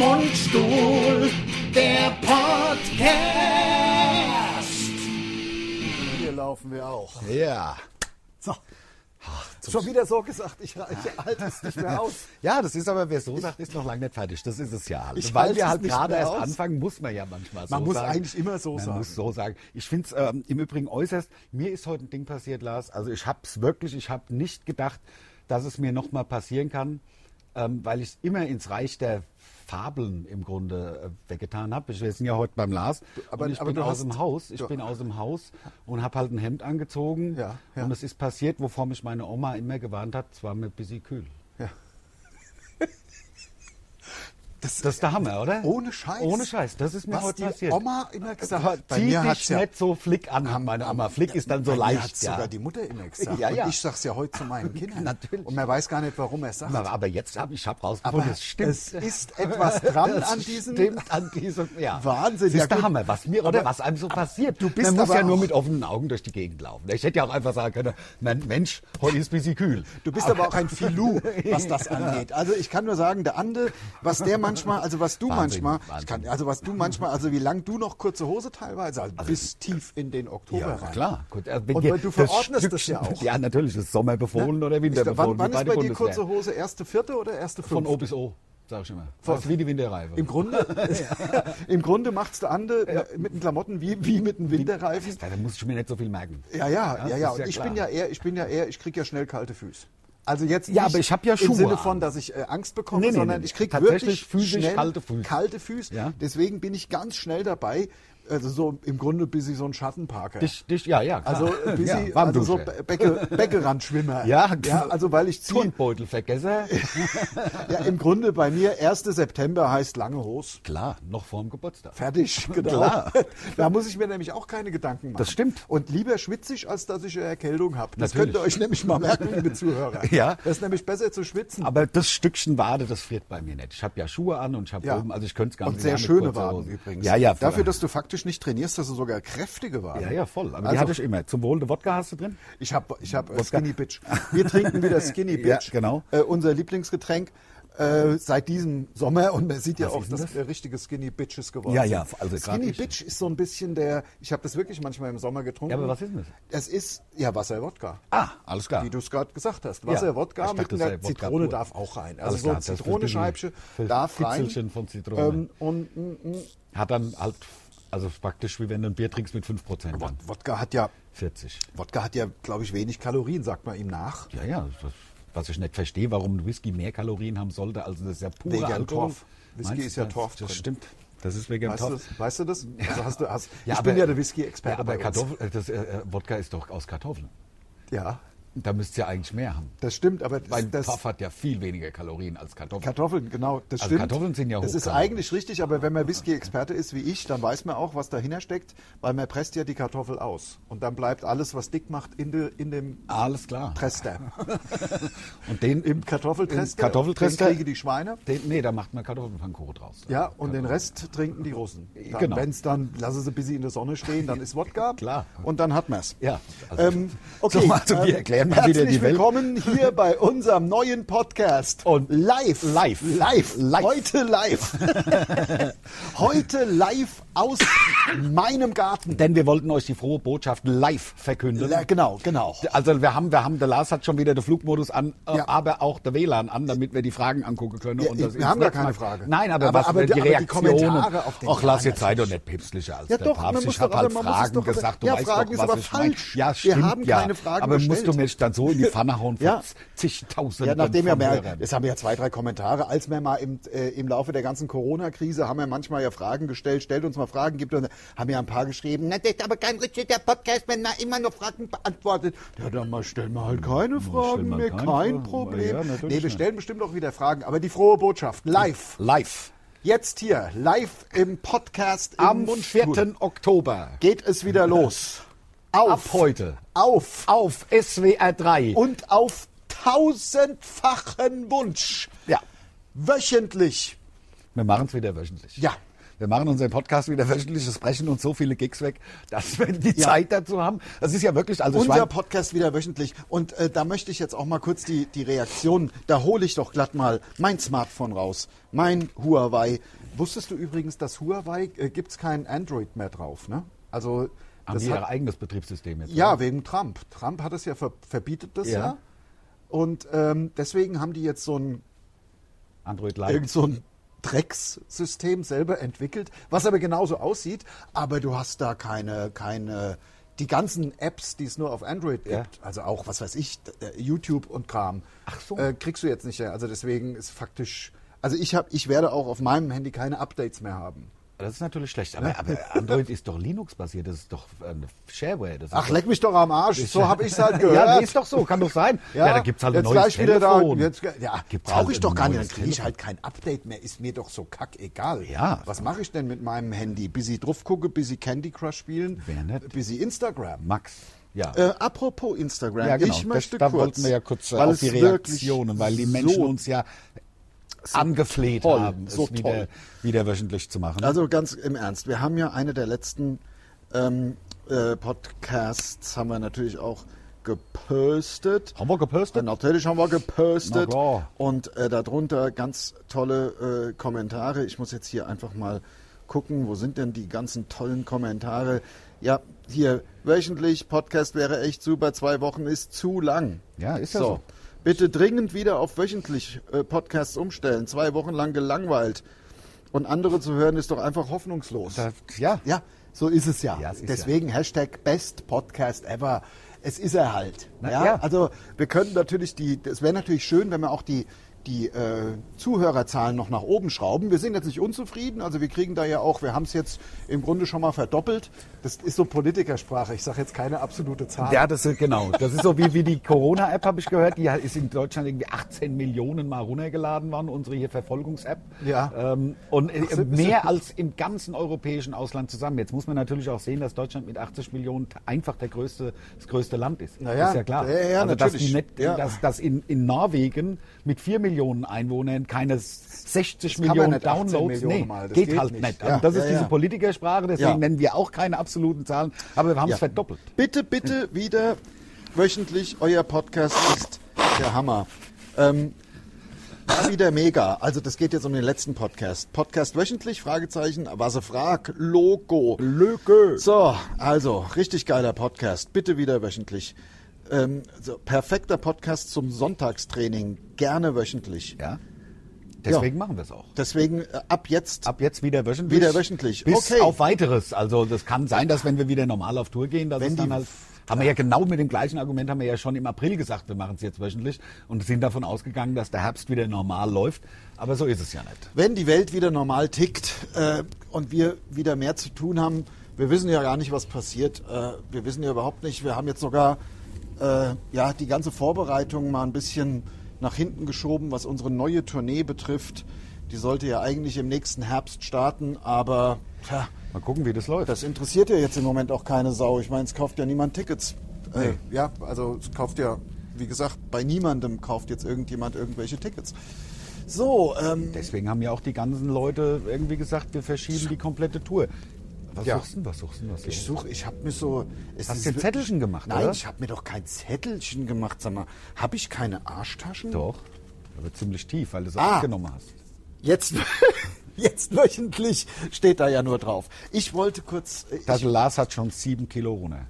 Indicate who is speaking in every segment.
Speaker 1: Mundstuhl, der er Podcast.
Speaker 2: Hier laufen wir auch.
Speaker 1: Ja.
Speaker 2: So. Schon wieder so gesagt, ich, ich halte es nicht mehr aus.
Speaker 1: Ja, das ist aber, wer so sagt, ist noch lange nicht fertig. Das ist es ja alles.
Speaker 2: Ich
Speaker 1: Weil
Speaker 2: halte
Speaker 1: wir
Speaker 2: es
Speaker 1: halt
Speaker 2: nicht
Speaker 1: gerade
Speaker 2: mehr
Speaker 1: erst
Speaker 2: aus.
Speaker 1: anfangen, muss man ja manchmal so
Speaker 2: Man muss
Speaker 1: sagen.
Speaker 2: eigentlich immer so
Speaker 1: man
Speaker 2: sagen.
Speaker 1: muss so sagen. Ich finde es ähm, im Übrigen äußerst, mir ist heute ein Ding passiert, Lars. Also ich habe es wirklich, ich habe nicht gedacht, dass es mir nochmal passieren kann, ähm, weil ich immer ins Reich der Fabeln im Grunde äh, weggetan habe. Wir sind ja heute beim Lars.
Speaker 2: aber-
Speaker 1: und ich
Speaker 2: aber
Speaker 1: bin
Speaker 2: du
Speaker 1: aus
Speaker 2: hast-
Speaker 1: dem Haus. Ich
Speaker 2: du-
Speaker 1: bin aus dem Haus und habe halt ein Hemd angezogen.
Speaker 2: Ja, ja.
Speaker 1: Und es ist passiert, wovor mich meine Oma immer gewarnt hat. Es war mir ein bisschen kühl.
Speaker 2: Das,
Speaker 1: Das ist der Hammer, oder?
Speaker 2: Ohne Scheiß.
Speaker 1: Ohne Scheiß, das ist mir
Speaker 2: was
Speaker 1: heute
Speaker 2: die
Speaker 1: passiert. Äh,
Speaker 2: Oma immer gesagt hat.
Speaker 1: Zieh dich nicht so flick an, hat meine Oma. Flick ist dann so
Speaker 2: bei mir
Speaker 1: leicht,
Speaker 2: hat's
Speaker 1: ja.
Speaker 2: sogar die Mutter immer gesagt.
Speaker 1: Ja, ja.
Speaker 2: Und ich sag's ja heute zu meinen Kindern.
Speaker 1: Natürlich.
Speaker 2: Und man weiß gar nicht, warum er sagt.
Speaker 1: Na, aber jetzt habe ich hab rausgefunden, es stimmt.
Speaker 2: es ist etwas dran
Speaker 1: Das
Speaker 2: an diesem.
Speaker 1: Stimmt an diesem, ja.
Speaker 2: Wahnsinn,
Speaker 1: Das ist
Speaker 2: ja
Speaker 1: der
Speaker 2: gut.
Speaker 1: Hammer, was mir, oder
Speaker 2: Aber-
Speaker 1: was einem so passiert.
Speaker 2: du bist
Speaker 1: Man muss
Speaker 2: aber
Speaker 1: ja nur
Speaker 2: auch-
Speaker 1: mit offenen Augen durch die Gegend laufen. Ich hätte ja auch einfach sagen können, Mann, Mensch, heute ist ein bisschen kühl.
Speaker 2: Du bist aber auch ein Filou, was das angeht. Also ich kann nur sagen, der Ande, was der manchmal, also was du
Speaker 1: Wahnsinn,
Speaker 2: manchmal,
Speaker 1: Wahnsinn.
Speaker 2: Ich kann, also was du manchmal, also wie lang du noch kurze Hose teilweise, also, bis tief in den Oktober
Speaker 1: Ja,
Speaker 2: rein.
Speaker 1: klar. Gut, äh, wenn
Speaker 2: Und
Speaker 1: ihr
Speaker 2: weil du verordnest das ja
Speaker 1: Stückchen-
Speaker 2: auch.
Speaker 1: Ja, natürlich, ist Sommer befohlen oder Winter
Speaker 2: Ist da,
Speaker 1: befohlen. wie
Speaker 2: wann wann ist
Speaker 1: der
Speaker 2: bei dir
Speaker 1: Bundeswehr.
Speaker 2: kurze Hose? Erste, vierte oder erste,
Speaker 1: Von
Speaker 2: fünfte?
Speaker 1: O bis O, sag ich immer. Fast wie die Winterreife.
Speaker 2: Im Grunde, im Grunde macht's der Ande äh, mit den Klamotten wie, wie mit den Winterreifen.
Speaker 1: Ja, da muss ich mir nicht so viel merken.
Speaker 2: Ja, ja, ja, ja.
Speaker 1: ist
Speaker 2: Und ich
Speaker 1: klar.
Speaker 2: bin ja eher, ich bin ja eher, ich krieg ja schnell kalte Füße. Also jetzt
Speaker 1: Ja,
Speaker 2: nicht
Speaker 1: aber ich hab ja
Speaker 2: im
Speaker 1: Schuhe
Speaker 2: Sinne
Speaker 1: an.
Speaker 2: von, dass ich äh, Angst bekomme,
Speaker 1: Nee, nee,
Speaker 2: sondern
Speaker 1: nee,
Speaker 2: ich krieg
Speaker 1: tatsächlich
Speaker 2: wirklich
Speaker 1: physisch
Speaker 2: schnell
Speaker 1: kalte Füße.
Speaker 2: kalte Füße.
Speaker 1: Ja.
Speaker 2: Deswegen bin ich ganz schnell dabei, also so im Grunde bis ich so ein Schattenparker.
Speaker 1: Dich, dich, ja, ja. Klar.
Speaker 2: also äh, bis
Speaker 1: ja,
Speaker 2: ich, also
Speaker 1: Warmdusche.
Speaker 2: so Be- Becke, Beckerandschwimmer.
Speaker 1: Ja,
Speaker 2: ja, also weil ich zieh,
Speaker 1: Turnbeutel vergesse.
Speaker 2: ja, im Grunde bei mir 1. September heißt lange Hose.
Speaker 1: Klar, noch vorm Geburtstag.
Speaker 2: Fertig, genau.
Speaker 1: Klar.
Speaker 2: Da muss ich mir nämlich auch keine Gedanken machen.
Speaker 1: Das stimmt.
Speaker 2: Und lieber schwitze ich, als dass ich eine Erkältung habe. Das
Speaker 1: Natürlich.
Speaker 2: könnt ihr euch nämlich mal merken, liebe Zuhörer.
Speaker 1: Ja.
Speaker 2: Das ist nämlich besser zu schwitzen.
Speaker 1: Aber das Stückchen Wade, das friert bei mir nicht. Ich habe ja Schuhe an und ich habe oben, also ich könnte es gar nicht
Speaker 2: Und sehr
Speaker 1: mit
Speaker 2: schöne
Speaker 1: kurzer
Speaker 2: Waden
Speaker 1: Hose.
Speaker 2: übrigens.
Speaker 1: Ja, ja.
Speaker 2: Dafür, dass du faktisch nicht trainierst, dass du sogar kräftige Waden.
Speaker 1: ja, ja, voll. Aber die
Speaker 2: Also-
Speaker 1: hatte ich immer. Zum Wohl der Wodka hast du drin?
Speaker 2: Ich habe ich hab äh,
Speaker 1: Wodka.
Speaker 2: Skinny Bitch. Wir trinken wieder Skinny
Speaker 1: Ja,
Speaker 2: Bitch.
Speaker 1: genau.
Speaker 2: Äh, unser Lieblingsgetränk äh, seit diesem Sommer. Und man sieht ja
Speaker 1: Was
Speaker 2: auch,
Speaker 1: ist denn
Speaker 2: dass
Speaker 1: das?
Speaker 2: wir richtige Skinny Bitches geworden
Speaker 1: Ja,
Speaker 2: sind.
Speaker 1: ja, also grad
Speaker 2: Skinny
Speaker 1: ich.
Speaker 2: Bitch ist so ein bisschen der, ich habe das wirklich manchmal im Sommer getrunken.
Speaker 1: Ja, aber was ist denn das?
Speaker 2: Es ist, ja, Wasser-Wodka.
Speaker 1: Ah, alles klar.
Speaker 2: Wie du es gerade gesagt hast.
Speaker 1: Ja,
Speaker 2: Wasser-Wodka
Speaker 1: ich dachte,
Speaker 2: mit
Speaker 1: das
Speaker 2: einer
Speaker 1: sei Wodka
Speaker 2: Zitrone
Speaker 1: pur.
Speaker 2: darf auch rein. Also
Speaker 1: Alles
Speaker 2: so
Speaker 1: klar,
Speaker 2: ein
Speaker 1: das ist
Speaker 2: Zitronenscheibchen
Speaker 1: ein
Speaker 2: darf rein.
Speaker 1: Kitzelchen von Zitrone.
Speaker 2: und mm, mm,
Speaker 1: Hat dann halt, also praktisch wie wenn du ein Bier trinkst mit 5% dann.
Speaker 2: Wodka hat ja,
Speaker 1: 40.
Speaker 2: Wodka hat ja, glaube ich, wenig Kalorien, sagt man ihm nach.
Speaker 1: Ja, ja, das- was ich nicht verstehe, warum ein Whisky mehr Kalorien haben sollte, also das ist ja pure
Speaker 2: Wegen
Speaker 1: Alkohol.
Speaker 2: Torf. Whisky
Speaker 1: Meinst du,
Speaker 2: ist ja
Speaker 1: das-
Speaker 2: Torf
Speaker 1: Das
Speaker 2: drin.
Speaker 1: stimmt. Das ist wegen
Speaker 2: Weißt du,
Speaker 1: Torf.
Speaker 2: das- weißt du das? Also hast du, hast,
Speaker 1: Ja,
Speaker 2: ich
Speaker 1: aber-
Speaker 2: bin ja der Whisky-Experte.
Speaker 1: Ja, aber
Speaker 2: bei uns.
Speaker 1: Kartoffel, äh, das, äh, äh, Wodka ist doch aus Kartoffeln.
Speaker 2: Ja,
Speaker 1: Da müsst ihr eigentlich mehr haben.
Speaker 2: das stimmt, aber
Speaker 1: Weil
Speaker 2: das, das
Speaker 1: Torf hat ja viel weniger Kalorien als Kartoffeln.
Speaker 2: Kartoffeln, genau, das
Speaker 1: Also
Speaker 2: stimmt.
Speaker 1: Kartoffeln sind ja
Speaker 2: Das ist
Speaker 1: hochkalorisch.
Speaker 2: eigentlich richtig, aber wenn man Whisky-Experte ist wie ich, dann weiß man auch, was dahinter steckt, weil man presst ja die Kartoffel aus. Und dann bleibt alles, was dick macht, in, de, in dem
Speaker 1: Alles klar.
Speaker 2: Trester.
Speaker 1: Und den
Speaker 2: Im Kartoffeltrester.
Speaker 1: Im Kartoffeltrester.
Speaker 2: Den kriegen die Schweine.
Speaker 1: Den, nee, da macht man Kartoffelpanko draus.
Speaker 2: Ja, und den Rest trinken die Russen. Dann,
Speaker 1: Genau.
Speaker 2: Wenn es dann, lassen sie ein bisschen in der Sonne stehen, dann ist Wodka.
Speaker 1: Klar.
Speaker 2: Und dann hat man es.
Speaker 1: Ja, also-
Speaker 2: ähm, okay.
Speaker 1: So, also wir
Speaker 2: ähm,
Speaker 1: erklären mal wieder die
Speaker 2: herzlich
Speaker 1: Welt.
Speaker 2: willkommen hier bei unserem neuen Podcast.
Speaker 1: Und
Speaker 2: live.
Speaker 1: live.
Speaker 2: Live.
Speaker 1: Live.
Speaker 2: Heute live. Heute live aus meinem Garten.
Speaker 1: Denn wir wollten euch die frohe Botschaft live verkünden.
Speaker 2: Ja, Genau, genau.
Speaker 1: Also wir haben, wir haben, der Lars hat schon wieder den Flugmodus an, äh,
Speaker 2: Ja.
Speaker 1: aber auch der WLAN an, damit wir die Fragen angucken können.
Speaker 2: Ja,
Speaker 1: das
Speaker 2: wir haben
Speaker 1: ins Netz
Speaker 2: gar keine
Speaker 1: machen.
Speaker 2: Frage.
Speaker 1: Nein, aber,
Speaker 2: Aber-
Speaker 1: was
Speaker 2: aber
Speaker 1: wenn
Speaker 2: die-
Speaker 1: die
Speaker 2: aber die
Speaker 1: Reaktionen.
Speaker 2: Kommentare auf den
Speaker 1: Ach, Lars,
Speaker 2: Ja,
Speaker 1: jetzt sei doch nicht päpstlicher als
Speaker 2: Ja,
Speaker 1: der
Speaker 2: doch, man
Speaker 1: Papst.
Speaker 2: muss
Speaker 1: Ich habe
Speaker 2: doch-
Speaker 1: halt
Speaker 2: aber man muss es
Speaker 1: Fragen
Speaker 2: doch-
Speaker 1: gesagt. Du
Speaker 2: Ja,
Speaker 1: weißt
Speaker 2: Fragen
Speaker 1: doch,
Speaker 2: ist
Speaker 1: was
Speaker 2: aber
Speaker 1: ich meine.
Speaker 2: falsch.
Speaker 1: Ja,
Speaker 2: Wir
Speaker 1: stimmt,
Speaker 2: haben
Speaker 1: ja.
Speaker 2: keine Fragen
Speaker 1: Aber musst du
Speaker 2: gestellt.
Speaker 1: mir jetzt dann so in die Pfanne hauen von
Speaker 2: Ja.
Speaker 1: zigtausenden
Speaker 2: Ja, nachdem ja
Speaker 1: von
Speaker 2: mehr,
Speaker 1: Hörern.
Speaker 2: es haben ja zwei, drei Kommentare, als wir mal im, äh, im Laufe der ganzen Corona-Krise haben wir manchmal ja Fragen gestellt, stellt uns mal Fragen, gibt uns, haben ja ein paar geschrieben, na, das ist aber kein richtiger Podcast, wenn man immer nur Fragen beantwortet. Ja, dann mal stellen wir halt keine Fragen
Speaker 1: mal
Speaker 2: mehr,
Speaker 1: keine
Speaker 2: kein
Speaker 1: Fragen.
Speaker 2: Problem.
Speaker 1: Ja, natürlich ne.
Speaker 2: nee, wir
Speaker 1: nicht.
Speaker 2: stellen bestimmt auch wieder Fragen, aber die frohe Botschaft, live,
Speaker 1: Live.
Speaker 2: jetzt hier, live im Podcast im
Speaker 1: Am
Speaker 2: Mundstuhl
Speaker 1: 4. Oktober.
Speaker 2: geht es wieder los. Auf,
Speaker 1: Ab heute.
Speaker 2: auf
Speaker 1: Auf SWR 3.
Speaker 2: und auf tausendfachen Wunsch.
Speaker 1: ja.
Speaker 2: Wöchentlich.
Speaker 1: Wir machen es wieder wöchentlich.
Speaker 2: Ja.
Speaker 1: wir machen unseren Podcast wieder wöchentlich, es brechen uns so viele Gigs weg, dass wir die Zeit dazu haben. Das ist ja wirklich, also ich
Speaker 2: Unser
Speaker 1: mein-
Speaker 2: Podcast wieder wöchentlich. Und äh, da möchte ich jetzt auch mal kurz die, die Reaktion. Da hole ich doch glatt mal mein Smartphone raus. Mein Huawei. Wusstest du übrigens, dass Huawei äh, gibt es kein Android mehr drauf, ne? Also
Speaker 1: haben
Speaker 2: das
Speaker 1: die ihr
Speaker 2: hat,
Speaker 1: eigenes Betriebssystem jetzt.
Speaker 2: ja,
Speaker 1: oder?
Speaker 2: wegen Trump. Trump hat es ja ver, verbietet das ja.
Speaker 1: Ja.
Speaker 2: Und ähm, deswegen haben die jetzt so ein
Speaker 1: Android Live.
Speaker 2: irgend so ein Dreckssystem selber entwickelt, was aber genauso aussieht, aber du hast da keine, keine, die ganzen Apps, die es nur auf Android gibt,
Speaker 1: Ja.
Speaker 2: also auch, was weiß ich, d- äh, YouTube und Kram,
Speaker 1: Ach so.
Speaker 2: äh, kriegst du jetzt nicht mehr. Also deswegen ist faktisch, also ich, hab, ich werde auch auf meinem Handy keine Updates mehr haben.
Speaker 1: Das ist natürlich schlecht. Aber, aber Android ist doch Linux-basiert. Das ist doch eine Shareware. Das ist
Speaker 2: Ach,
Speaker 1: doch-
Speaker 2: leck mich doch am Arsch, so habe ich es halt gehört.
Speaker 1: Ja, nee, ist doch so. Kann doch sein. Ja, da gibt's halt ein
Speaker 2: jetzt
Speaker 1: neues
Speaker 2: gleich wieder
Speaker 1: Telefon.
Speaker 2: Da, jetzt, ja,
Speaker 1: Gibt's
Speaker 2: brauche
Speaker 1: halt
Speaker 2: ich
Speaker 1: ein
Speaker 2: doch gar nicht. Dann
Speaker 1: neues
Speaker 2: kriege ich halt kein Update mehr. Ist mir doch so kackegal.
Speaker 1: Ja.
Speaker 2: Was mache ich denn mit meinem Handy? Bis ich drauf gucke, bis ich Candy Crush spielen,
Speaker 1: Wär nett.
Speaker 2: bis ich Instagram.
Speaker 1: Max. Ja.
Speaker 2: Äh, apropos Instagram,
Speaker 1: ja, genau.
Speaker 2: ich möchte
Speaker 1: das, da
Speaker 2: kurz,
Speaker 1: wollten wir ja kurz äh,
Speaker 2: weil
Speaker 1: auf
Speaker 2: es
Speaker 1: die
Speaker 2: wirklich
Speaker 1: Reaktionen, weil die Menschen
Speaker 2: so
Speaker 1: uns ja angefleht
Speaker 2: toll,
Speaker 1: haben,
Speaker 2: so
Speaker 1: es wieder,
Speaker 2: toll.
Speaker 1: wieder wöchentlich zu machen.
Speaker 2: Also ganz im Ernst, wir haben ja eine der letzten ähm, äh, Podcasts, haben wir natürlich auch gepostet.
Speaker 1: haben wir gepostet?
Speaker 2: Natürlich haben wir gepostet
Speaker 1: Na klar.
Speaker 2: und äh, darunter ganz tolle äh, Kommentare. Ich muss jetzt hier einfach mal gucken, wo sind denn die ganzen tollen Kommentare? Ja, hier wöchentlich Podcast wäre echt super. Zwei Wochen ist zu lang.
Speaker 1: Ja, ist ja so.
Speaker 2: Bitte dringend wieder auf wöchentlich äh, Podcasts umstellen. Zwei Wochen lang gelangweilt und andere zu hören ist doch einfach hoffnungslos.
Speaker 1: Da- ja.
Speaker 2: Ja, so ist es ja.
Speaker 1: Ja, es ist
Speaker 2: Deswegen Hashtag Best Podcast Ever. Es ist er halt.
Speaker 1: Na,
Speaker 2: ja?
Speaker 1: ja.
Speaker 2: Also wir können natürlich die, es wäre natürlich schön, wenn wir auch die, die äh, Zuhörerzahlen noch nach oben schrauben. Wir sind jetzt nicht unzufrieden, also wir kriegen da ja auch, wir haben es jetzt im Grunde schon mal verdoppelt. Das ist so Politikersprache, ich sage jetzt keine absolute Zahl.
Speaker 1: Ja, das ist genau. Das ist so wie, wie die Corona-App, habe ich gehört. Die ist in Deutschland irgendwie 18 Millionen Mal runtergeladen worden, unsere hier Verfolgungs-App.
Speaker 2: Ja.
Speaker 1: Ähm, und äh,
Speaker 2: Ach so,
Speaker 1: mehr als im ganzen europäischen Ausland zusammen. Jetzt muss man natürlich auch sehen, dass Deutschland mit 80 Millionen t- einfach der größte, das größte Land ist.
Speaker 2: Na ja,
Speaker 1: ist ja klar.
Speaker 2: ja, ja,
Speaker 1: also, dass,
Speaker 2: natürlich.
Speaker 1: die nicht,
Speaker 2: Ja.
Speaker 1: dass, dass in, in Norwegen mit 4 Millionen Einwohnern keine 60
Speaker 2: kann man
Speaker 1: Millionen
Speaker 2: nicht 18
Speaker 1: Downloads.
Speaker 2: Millionen mal, das
Speaker 1: geht,
Speaker 2: geht
Speaker 1: halt
Speaker 2: nicht.
Speaker 1: nicht.
Speaker 2: Ja,
Speaker 1: Also, das
Speaker 2: ja,
Speaker 1: ist
Speaker 2: ja.
Speaker 1: diese Politikersprache, deswegen
Speaker 2: Ja.
Speaker 1: nennen wir auch keine absoluten Zahlen, aber wir haben es
Speaker 2: Ja.
Speaker 1: verdoppelt.
Speaker 2: Bitte, bitte wieder wöchentlich. Euer Podcast ist der Hammer. Ähm, war wieder mega. Also das geht jetzt um den letzten Podcast. Podcast wöchentlich, Fragezeichen, was frag, Logo.
Speaker 1: Löke.
Speaker 2: So, also, richtig geiler Podcast. Bitte wieder wöchentlich. Ähm, so, perfekter Podcast zum Sonntagstraining. Gerne wöchentlich.
Speaker 1: Ja. Deswegen machen wir es auch.
Speaker 2: Deswegen äh, ab jetzt.
Speaker 1: Ab jetzt wieder wöchentlich.
Speaker 2: Wieder wöchentlich,
Speaker 1: Bis
Speaker 2: okay.
Speaker 1: auf weiteres. Also das kann sein, dass wenn wir wieder normal auf Tour gehen, dass
Speaker 2: Wenn
Speaker 1: es dann
Speaker 2: die-
Speaker 1: halt, haben wir ja genau mit dem gleichen Argument, haben wir ja schon im April gesagt, wir machen es jetzt wöchentlich und sind davon ausgegangen, dass der Herbst wieder normal läuft. Aber so ist es ja nicht.
Speaker 2: wenn die Welt wieder normal tickt äh, und wir wieder mehr zu tun haben, wir wissen ja gar nicht, was passiert. Äh, wir wissen ja überhaupt nicht. Wir haben jetzt sogar äh, ja, die ganze Vorbereitung mal ein bisschen nach hinten geschoben, was unsere neue Tournee betrifft. Die sollte ja eigentlich im nächsten Herbst starten, aber tja,
Speaker 1: Mal gucken, wie das läuft.
Speaker 2: das interessiert ja jetzt im Moment auch keine Sau. Ich meine, es kauft ja niemand Tickets. Äh,
Speaker 1: Nee.
Speaker 2: Ja, also es kauft ja, wie gesagt, bei niemandem kauft jetzt irgendjemand irgendwelche Tickets. So, ähm,
Speaker 1: Deswegen haben ja auch die ganzen Leute irgendwie gesagt, wir verschieben die komplette Tour. Was
Speaker 2: Ja.
Speaker 1: suchst du denn? Was suchst du denn? Was
Speaker 2: Ich
Speaker 1: suchst
Speaker 2: suche, ich habe mir so. es
Speaker 1: Hast
Speaker 2: ist
Speaker 1: du ein
Speaker 2: wirklich-
Speaker 1: Zettelchen gemacht,
Speaker 2: Nein,
Speaker 1: oder?
Speaker 2: ich habe mir doch kein Zettelchen gemacht. Sag mal, habe ich keine Arschtaschen?
Speaker 1: du? Doch. Aber ziemlich tief, weil du es
Speaker 2: Ah.
Speaker 1: abgenommen hast.
Speaker 2: Jetzt, jetzt wöchentlich steht da ja nur drauf. Ich wollte kurz. äh,
Speaker 1: Das
Speaker 2: Ich,
Speaker 1: Lars hat schon sieben Kilo runter.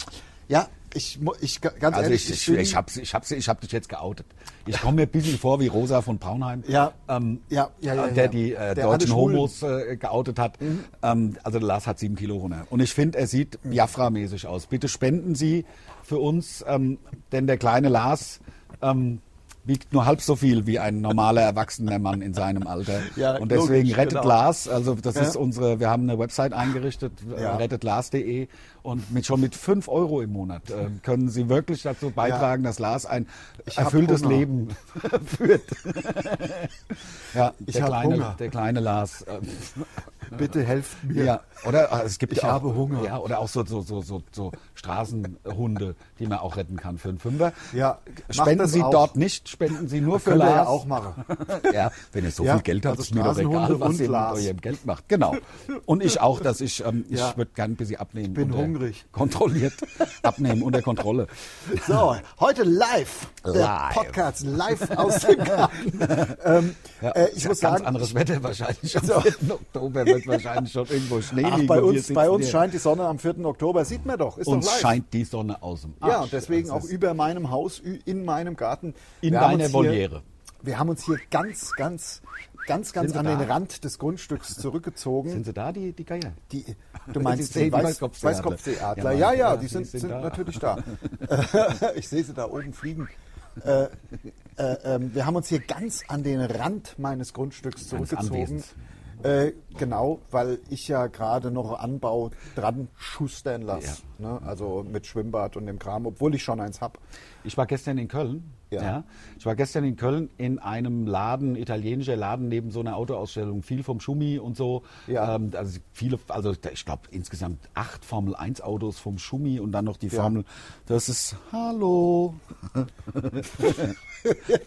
Speaker 2: ja, ich, mu- ich ganz
Speaker 1: Also
Speaker 2: ehrlich,
Speaker 1: ich, ich,
Speaker 2: bin-
Speaker 1: ich, hab's, ich, hab's, ich hab dich jetzt geoutet. Ich komme mir ein bisschen vor wie Rosa von Braunheim,
Speaker 2: Ja,
Speaker 1: ähm,
Speaker 2: ja, ja, ja,
Speaker 1: der
Speaker 2: ja.
Speaker 1: die äh,
Speaker 2: Der alle
Speaker 1: deutschen
Speaker 2: Schwulen. Mhm.
Speaker 1: Homos äh, geoutet hat. Ähm, also der Lars hat sieben Kilo runter. Und ich finde, er sieht Biafra-mäßig aus. Bitte spenden Sie für uns, ähm, denn der kleine Lars ähm, wiegt nur halb so viel wie ein normaler erwachsener Mann in seinem Alter.
Speaker 2: Ja,
Speaker 1: Und deswegen
Speaker 2: logisch,
Speaker 1: rettet
Speaker 2: genau.
Speaker 1: Lars, also das
Speaker 2: Ja.
Speaker 1: ist unsere, wir haben eine Website eingerichtet, äh,
Speaker 2: Ja.
Speaker 1: rettetlars.de und mit, schon mit fünf Euro im Monat äh, können Sie wirklich dazu beitragen, dass Lars ein
Speaker 2: hab
Speaker 1: erfülltes
Speaker 2: Hunger.
Speaker 1: Leben führt. ja,
Speaker 2: Ich
Speaker 1: der,
Speaker 2: hab
Speaker 1: kleine,
Speaker 2: Hunger.
Speaker 1: der kleine Lars. ähm,
Speaker 2: bitte helft mir.
Speaker 1: Ja, oder ah, es gibt
Speaker 2: Ich
Speaker 1: ja auch,
Speaker 2: habe Hunger.
Speaker 1: Ja, oder auch so, so, so, so, so Straßenhunde, die man auch retten kann für einen Fünfer.
Speaker 2: Ja, macht
Speaker 1: spenden
Speaker 2: das
Speaker 1: Sie
Speaker 2: auch.
Speaker 1: dort nicht, spenden Sie nur für
Speaker 2: Können wir
Speaker 1: Lars.
Speaker 2: ja auch machen.
Speaker 1: ja, wenn ihr so
Speaker 2: Ja,
Speaker 1: viel Geld habt,
Speaker 2: also
Speaker 1: ist mir doch
Speaker 2: Straßenhunde
Speaker 1: egal,
Speaker 2: und
Speaker 1: was ihr
Speaker 2: Lars.
Speaker 1: mit eurem Geld macht. Genau. Und ich auch, dass ich, ähm,
Speaker 2: Ja.
Speaker 1: ich würde gern ein bisschen abnehmen. Ich
Speaker 2: bin hungrig.
Speaker 1: Kontrolliert. Abnehmen unter Kontrolle.
Speaker 2: So, heute live, der
Speaker 1: Live.
Speaker 2: Podcast live aus dem Garten. ähm,
Speaker 1: Ja,
Speaker 2: äh,
Speaker 1: ist
Speaker 2: ich
Speaker 1: ja
Speaker 2: muss
Speaker 1: ganz
Speaker 2: sagen,
Speaker 1: anderes Wetter wahrscheinlich. Am 4. Oktober wird wahrscheinlich schon irgendwo Schnee
Speaker 2: ach,
Speaker 1: liegen.
Speaker 2: bei
Speaker 1: und wir
Speaker 2: uns,
Speaker 1: sitzen
Speaker 2: bei uns
Speaker 1: hier.
Speaker 2: scheint die Sonne am 4. Oktober, sieht man doch, ist
Speaker 1: uns
Speaker 2: doch live.
Speaker 1: scheint die Sonne aus dem Arsch. Also
Speaker 2: ja, und deswegen
Speaker 1: Das
Speaker 2: auch
Speaker 1: ist-
Speaker 2: über meinem Haus, ü- in meinem Garten.
Speaker 1: In
Speaker 2: Wir haben
Speaker 1: deiner
Speaker 2: uns
Speaker 1: Voliere.
Speaker 2: Hier, wir haben uns hier ganz, ganz, ganz, ganz
Speaker 1: Sind sie
Speaker 2: an
Speaker 1: da?
Speaker 2: den Rand des Grundstücks zurückgezogen.
Speaker 1: Sind sie da, die, die Geier?
Speaker 2: Die, du meinst
Speaker 1: Die
Speaker 2: die Weiß,
Speaker 1: Weißkopfseeadler.
Speaker 2: Weißkopfseeadler?
Speaker 1: Ja,
Speaker 2: Ja, ja,
Speaker 1: ja,
Speaker 2: die sind, sind, natürlich da. ich sehe sie da oben fliegen. Äh, äh, ähm, wir haben uns hier ganz an den Rand meines Grundstücks
Speaker 1: Meines
Speaker 2: zurückgezogen.
Speaker 1: Anwesens.
Speaker 2: Äh, genau, weil ich ja gerade noch Anbau dran schustern lasse. Ne? Also mit Schwimmbad und dem Kram, obwohl ich schon eins habe.
Speaker 1: Ich war gestern in Köln.
Speaker 2: Ja.
Speaker 1: Ja. Ich war gestern in Köln in einem Laden, italienischer Laden, neben so einer Autoausstellung. Viel vom Schumi und so.
Speaker 2: Ja.
Speaker 1: Ähm, also viele, also ich glaube insgesamt acht Formel 1 Autos vom Schumi und dann noch die
Speaker 2: Ja.
Speaker 1: Formel. Das ist Hallo.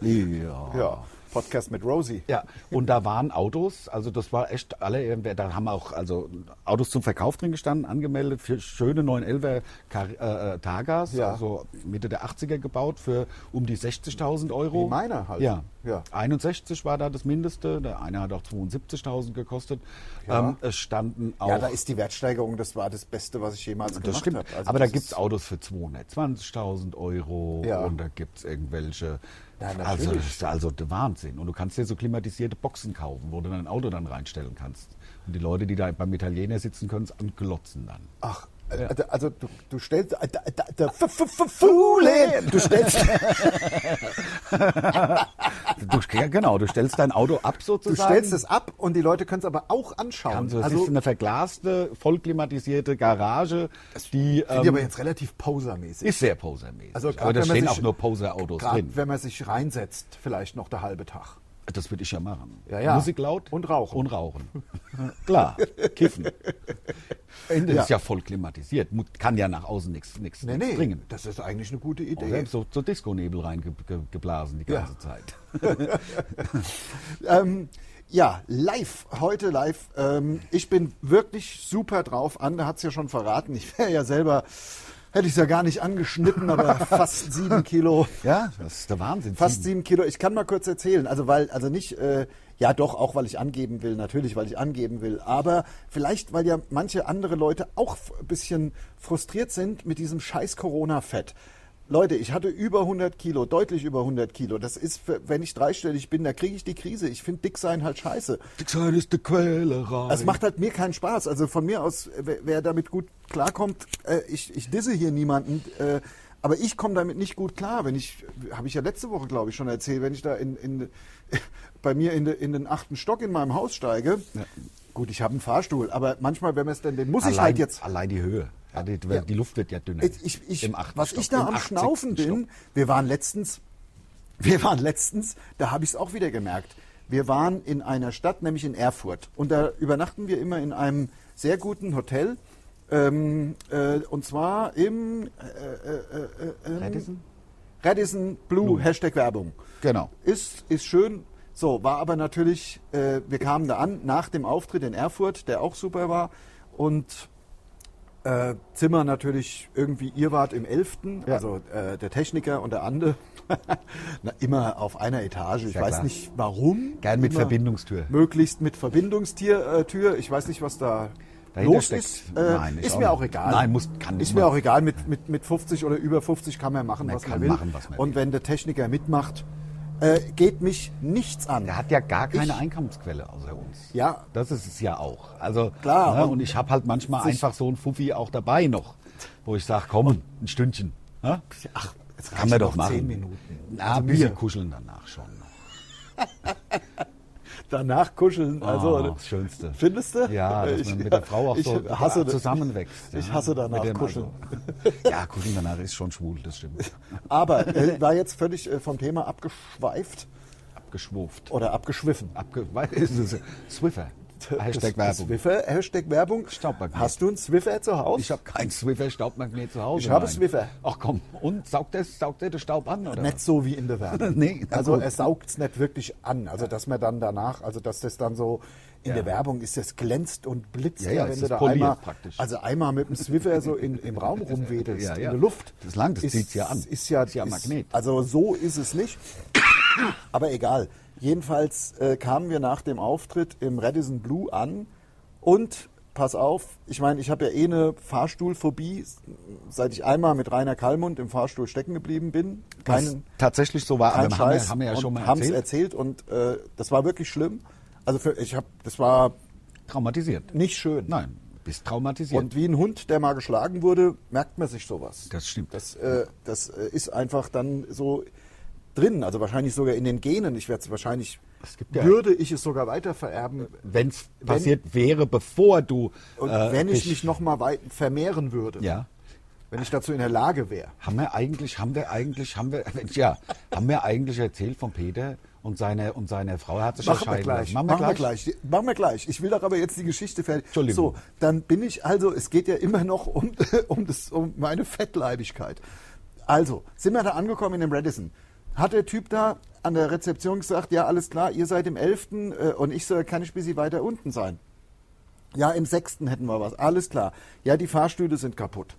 Speaker 1: ja.
Speaker 2: Ja, Podcast mit Rosie.
Speaker 1: Ja, und da waren Autos, also das war echt alle, da haben auch also Autos zum Verkauf drin gestanden, angemeldet, für schöne 911er Kar äh, äh, Targas,
Speaker 2: Ja.
Speaker 1: also Mitte der 80er gebaut, für um die 60.000 Euro.
Speaker 2: Wie meiner halt.
Speaker 1: Ja.
Speaker 2: Ja.
Speaker 1: ja. 61 war da das Mindeste, der eine hat auch 72.000 gekostet.
Speaker 2: Ja.
Speaker 1: Ähm, es standen auch...
Speaker 2: Ja, da ist die Wertsteigerung, das war das Beste, was ich jemals
Speaker 1: Das
Speaker 2: gemacht Also
Speaker 1: stimmt.
Speaker 2: habe.
Speaker 1: Aber da gibt's Autos für 220.000 Euro
Speaker 2: Ja.
Speaker 1: und da gibt's irgendwelche.
Speaker 2: Ja, natürlich.
Speaker 1: also, das ist also der Wahnsinn. Und du kannst dir so klimatisierte Boxen kaufen, wo du dein Auto dann reinstellen kannst. Und die Leute, die da beim Italiener sitzen, können es anglotzen dann.
Speaker 2: Ach, also, also du, du stellst. äh, Da, da, da, f- f- f- Fuhlen! Du stellst,
Speaker 1: Du, ja, genau, du stellst dein Auto ab
Speaker 2: du
Speaker 1: sozusagen.
Speaker 2: stellst es ab und die Leute können es aber auch anschauen.
Speaker 1: Also, das
Speaker 2: also,
Speaker 1: ist eine verglaste, vollklimatisierte Garage, die
Speaker 2: finde ich
Speaker 1: ähm,
Speaker 2: aber jetzt relativ posermäßig.
Speaker 1: ist sehr posermäßig.
Speaker 2: Also, grad
Speaker 1: aber da
Speaker 2: wenn man
Speaker 1: stehen
Speaker 2: sich-
Speaker 1: auch nur Poser-Autos
Speaker 2: Gerade
Speaker 1: drin.
Speaker 2: wenn man sich reinsetzt, vielleicht noch der halbe Tag.
Speaker 1: Das würde ich ja machen.
Speaker 2: Ja, ja.
Speaker 1: Musik laut.
Speaker 2: Und rauchen.
Speaker 1: Und rauchen. Klar, kiffen. Ende
Speaker 2: Ja.
Speaker 1: ist ja voll klimatisiert. Mu- Kann ja nach außen nichts nichts
Speaker 2: Nee, nee,
Speaker 1: bringen.
Speaker 2: das ist eigentlich eine gute
Speaker 1: Oh, wir
Speaker 2: Idee.
Speaker 1: haben so, so Disco-Nebel reingeblasen die
Speaker 2: Ja.
Speaker 1: ganze Zeit.
Speaker 2: Ähm, ja, live, heute live. Ähm, ich bin wirklich super drauf. Anne hat es ja schon verraten. Ich wäre ja selber, hätte ich es ja gar nicht angeschnitten, aber fast sieben Kilo.
Speaker 1: Ja, das ist der Wahnsinn.
Speaker 2: Fast sieben Kilo. Ich kann mal kurz erzählen. Also weil, also nicht, äh, ja doch, auch weil ich angeben will, natürlich, weil ich angeben will. Aber vielleicht, weil ja manche andere Leute auch f- ein bisschen frustriert sind mit diesem scheiß Corona-Fett. Leute, ich hatte über 100 Kilo, deutlich über 100 Kilo. Das ist, für- wenn ich dreistellig bin, da kriege ich die Krise. Ich finde dick sein halt scheiße.
Speaker 1: Die kleinste Quälerei.
Speaker 2: Es macht halt mir keinen Spaß. Also von mir aus, äh, wer, wer damit gut klarkommt, äh, ich, ich disse hier niemanden. Äh, aber ich komme damit nicht gut klar, wenn ich, habe ich ja letzte Woche, glaube ich, schon erzählt, wenn ich da in, in, bei mir in, de- in den achten Stock in meinem Haus steige. Gut, ich habe einen Fahrstuhl, aber manchmal, wenn man es denn, den muss
Speaker 1: allein,
Speaker 2: ich halt jetzt
Speaker 1: allein die Höhe. Ja, die,
Speaker 2: Ja.
Speaker 1: die Luft wird ja dünner.
Speaker 2: ich, ich,
Speaker 1: Im achten
Speaker 2: was
Speaker 1: Stock,
Speaker 2: ich da
Speaker 1: im
Speaker 2: am
Speaker 1: 80.
Speaker 2: Schnaufen bin,
Speaker 1: Stock.
Speaker 2: wir waren letztens, wir waren letztens, da habe ich es auch wieder gemerkt. Wir waren in einer Stadt, nämlich in Erfurt. Und da übernachten wir immer in einem sehr guten Hotel. Ähm, äh, und zwar im äh, äh, äh, äh,
Speaker 1: Radisson?
Speaker 2: Radisson Blue, Hashtag Werbung.
Speaker 1: Genau.
Speaker 2: Ist, ist schön. So, war aber natürlich, äh, wir kamen da an nach dem Auftritt in Erfurt, der auch super war. Und äh, Zimmer natürlich irgendwie, ihr wart im 11.,
Speaker 1: Ja.
Speaker 2: also äh, der Techniker und der Ande. Na, immer auf einer Etage. Ich
Speaker 1: ja
Speaker 2: weiß
Speaker 1: klar.
Speaker 2: nicht warum.
Speaker 1: Gern mit
Speaker 2: immer
Speaker 1: Verbindungstür.
Speaker 2: Möglichst mit Verbindungstür. Äh, Tür. Ich weiß nicht, was da
Speaker 1: Dahinter
Speaker 2: los
Speaker 1: steckt.
Speaker 2: ist. Äh,
Speaker 1: Nein, ich
Speaker 2: ist
Speaker 1: auch
Speaker 2: mir
Speaker 1: nicht.
Speaker 2: auch egal.
Speaker 1: Nein, muss- kann
Speaker 2: Ist
Speaker 1: nicht
Speaker 2: mir
Speaker 1: machen.
Speaker 2: auch egal. Mit, mit, mit 50 oder über 50 kann man machen,
Speaker 1: Man
Speaker 2: was, man
Speaker 1: kann
Speaker 2: will.
Speaker 1: machen, was man
Speaker 2: und
Speaker 1: will.
Speaker 2: wenn der Techniker mitmacht, äh, geht mich nichts an.
Speaker 1: Der hat ja gar keine
Speaker 2: Ich-
Speaker 1: Einkommensquelle außer uns.
Speaker 2: Ja.
Speaker 1: Das ist es ja auch. Also
Speaker 2: Klar,
Speaker 1: Ne,
Speaker 2: und
Speaker 1: und ich habe halt manchmal
Speaker 2: sich-
Speaker 1: einfach so ein Fuffi auch dabei noch, wo ich sage, komm, ein Stündchen. Ne?
Speaker 2: Ach, jetzt
Speaker 1: Kann man doch
Speaker 2: noch
Speaker 1: machen.
Speaker 2: 10 Minuten. Also
Speaker 1: Na, ein bisschen kuscheln danach schon.
Speaker 2: Danach kuscheln. Also,
Speaker 1: Ah, das Schönste.
Speaker 2: Findest du? Äh,
Speaker 1: Ja, dass
Speaker 2: Ich-
Speaker 1: man mit der Frau auch
Speaker 2: ich
Speaker 1: so
Speaker 2: hasse das.
Speaker 1: zusammenwächst.
Speaker 2: Ich hasse danach
Speaker 1: Mit dem
Speaker 2: kuscheln.
Speaker 1: Also, ja, kuscheln danach ist schon schwul, das stimmt.
Speaker 2: Aber äh, war jetzt völlig äh, vom Thema abgeschweift
Speaker 1: Abgeschwuft.
Speaker 2: oder abgeschwiffen.
Speaker 1: Abge ist es? Swiffer. Hashtag Werbung.
Speaker 2: das, Das Swiffer, Hashtag Werbung.
Speaker 1: Staubmagnet.
Speaker 2: Hast du einen Swiffer zu Hause?
Speaker 1: Ich habe keinen Swiffer Staubmagnet mehr zu Hause.
Speaker 2: Ich habe
Speaker 1: nein.
Speaker 2: Swiffer.
Speaker 1: Ach komm, und saugt er saugt der den Staub an? Oder?
Speaker 2: Nicht so wie in der Werbung.
Speaker 1: Nee, na
Speaker 2: also
Speaker 1: gut.
Speaker 2: er saugt es nicht wirklich an. Also dass man dann danach, also dass das dann so in
Speaker 1: Ja.
Speaker 2: der Werbung ist, das glänzt und blitzt
Speaker 1: Ja, ja, es
Speaker 2: wenn
Speaker 1: ist
Speaker 2: du da
Speaker 1: poliert
Speaker 2: einmal,
Speaker 1: praktisch.
Speaker 2: also einmal mit dem Swiffer so in, im Raum rumwedelst,
Speaker 1: Ja, ja.
Speaker 2: in der Luft.
Speaker 1: Das langt, das
Speaker 2: ist-
Speaker 1: zieht's ja an.
Speaker 2: Ist ja,
Speaker 1: Ist ja ein Magnet.
Speaker 2: Also so ist es nicht. Aber egal. Jedenfalls äh, kamen wir nach dem Auftritt im Radisson Blue an und pass auf, ich meine, ich habe ja eh eine Fahrstuhlphobie, seit ich einmal mit Rainer Kallmund im Fahrstuhl stecken geblieben bin.
Speaker 1: Was
Speaker 2: Keinen,
Speaker 1: tatsächlich so war,
Speaker 2: kein
Speaker 1: aber
Speaker 2: Scheiß.
Speaker 1: haben wir, haben wir ja schon
Speaker 2: und
Speaker 1: mal
Speaker 2: haben's
Speaker 1: erzählt.
Speaker 2: erzählt und äh, das war wirklich schlimm. Also für, ich habe, das war
Speaker 1: Traumatisiert.
Speaker 2: nicht schön.
Speaker 1: Nein, bist traumatisiert.
Speaker 2: Und wie ein Hund, der mal geschlagen wurde, merkt man sich sowas.
Speaker 1: das stimmt.
Speaker 2: Das, äh, das äh, ist einfach dann so drin, also wahrscheinlich sogar in den Genen. Ich werde es wahrscheinlich,
Speaker 1: Es gibt ja-
Speaker 2: würde ich es sogar weitervererben,
Speaker 1: wenn es passiert wäre, bevor du
Speaker 2: und
Speaker 1: äh,
Speaker 2: wenn ich
Speaker 1: dich-
Speaker 2: mich nochmal weit vermehren würde,
Speaker 1: ja,
Speaker 2: wenn ich dazu in der Lage wäre.
Speaker 1: Haben wir eigentlich, haben wir eigentlich, haben wir, Mensch, ja, haben wir eigentlich erzählt von Peter und seiner und seiner Frau Er hat sich
Speaker 2: Machen wir
Speaker 1: erscheinen
Speaker 2: gleich.
Speaker 1: lassen.
Speaker 2: Machen wir gleich. Die- Machen wir gleich. Ich will doch aber jetzt die Geschichte fertig.
Speaker 1: Entschuldigung.
Speaker 2: So, dann bin ich also, es geht ja immer noch um, um, das, um meine Fettleibigkeit. Also, sind wir da angekommen in dem Radisson. Hat der Typ da an der Rezeption gesagt, ja, alles klar, ihr seid im 11. äh, und ich soll, kann ich ein bisschen weiter unten sein. Ja, im sechsten hätten wir was. Alles klar. Ja, die Fahrstühle sind kaputt.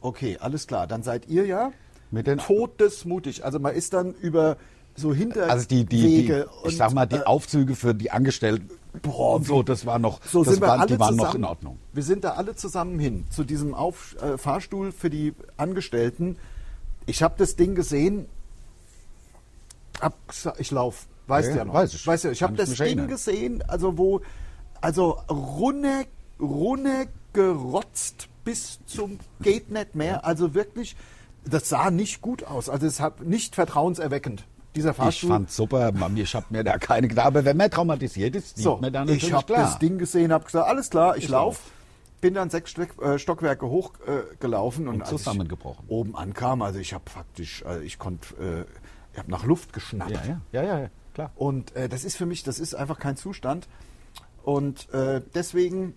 Speaker 2: Okay, alles klar. Dann seid ihr ja
Speaker 1: Mit den-
Speaker 2: todesmutig. Also man ist dann über so hinter
Speaker 1: Also die, die,
Speaker 2: Wege
Speaker 1: die ich sag mal, die
Speaker 2: äh,
Speaker 1: Aufzüge für die Angestellten
Speaker 2: Boah,
Speaker 1: und so, das war noch,
Speaker 2: so
Speaker 1: das
Speaker 2: sind wir
Speaker 1: waren-
Speaker 2: alle
Speaker 1: die waren
Speaker 2: zusammen,
Speaker 1: noch in Ordnung.
Speaker 2: Wir sind da alle zusammen hin zu diesem Auf, äh, Fahrstuhl für die Angestellten. Ich habe das Ding gesehen. Hab, gesa- ich lauf, weißt
Speaker 1: Ja,
Speaker 2: ja, noch.
Speaker 1: weiß ich.
Speaker 2: Weißt ja, ich
Speaker 1: Kann
Speaker 2: habe
Speaker 1: ich
Speaker 2: das
Speaker 1: mich
Speaker 2: Ding
Speaker 1: erinnern.
Speaker 2: gesehen, also wo also runne runne gerotzt bis zum geht nicht mehr, also wirklich das sah nicht gut aus. Also es hat nicht vertrauenserweckend dieser
Speaker 1: Ich
Speaker 2: Fahrstuhl.
Speaker 1: fand's super, Mann, ich hab mir da keine gedacht, aber wenn man traumatisiert ist, sieht man dann natürlich
Speaker 2: ich habe
Speaker 1: klar.
Speaker 2: das Ding gesehen, habe gesagt, alles klar, ich,
Speaker 1: Ich lauf.
Speaker 2: lauf. Bin dann sechs Steck, äh, Stockwerke hoch äh, gelaufen und,
Speaker 1: Und
Speaker 2: als ich
Speaker 1: zusammengebrochen.
Speaker 2: Oben ankam, also ich habe faktisch, also ich konnte, äh, ich habe nach Luft geschnappt.
Speaker 1: Ja, ja, ja, ja, ja, klar.
Speaker 2: Und äh, das ist für mich, das ist einfach kein Zustand. Und äh, deswegen,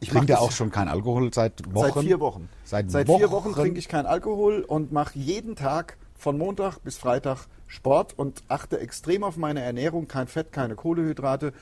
Speaker 2: ich mach
Speaker 1: Trinkt ja
Speaker 2: das-
Speaker 1: auch schon keinen Alkohol seit Wochen.
Speaker 2: Seit vier Wochen.
Speaker 1: Seit,
Speaker 2: vier Wochen trinke ich keinen Alkohol und mache jeden Tag von Montag bis Freitag Sport und achte extrem auf meine Ernährung. Kein Fett, keine Kohlehydrate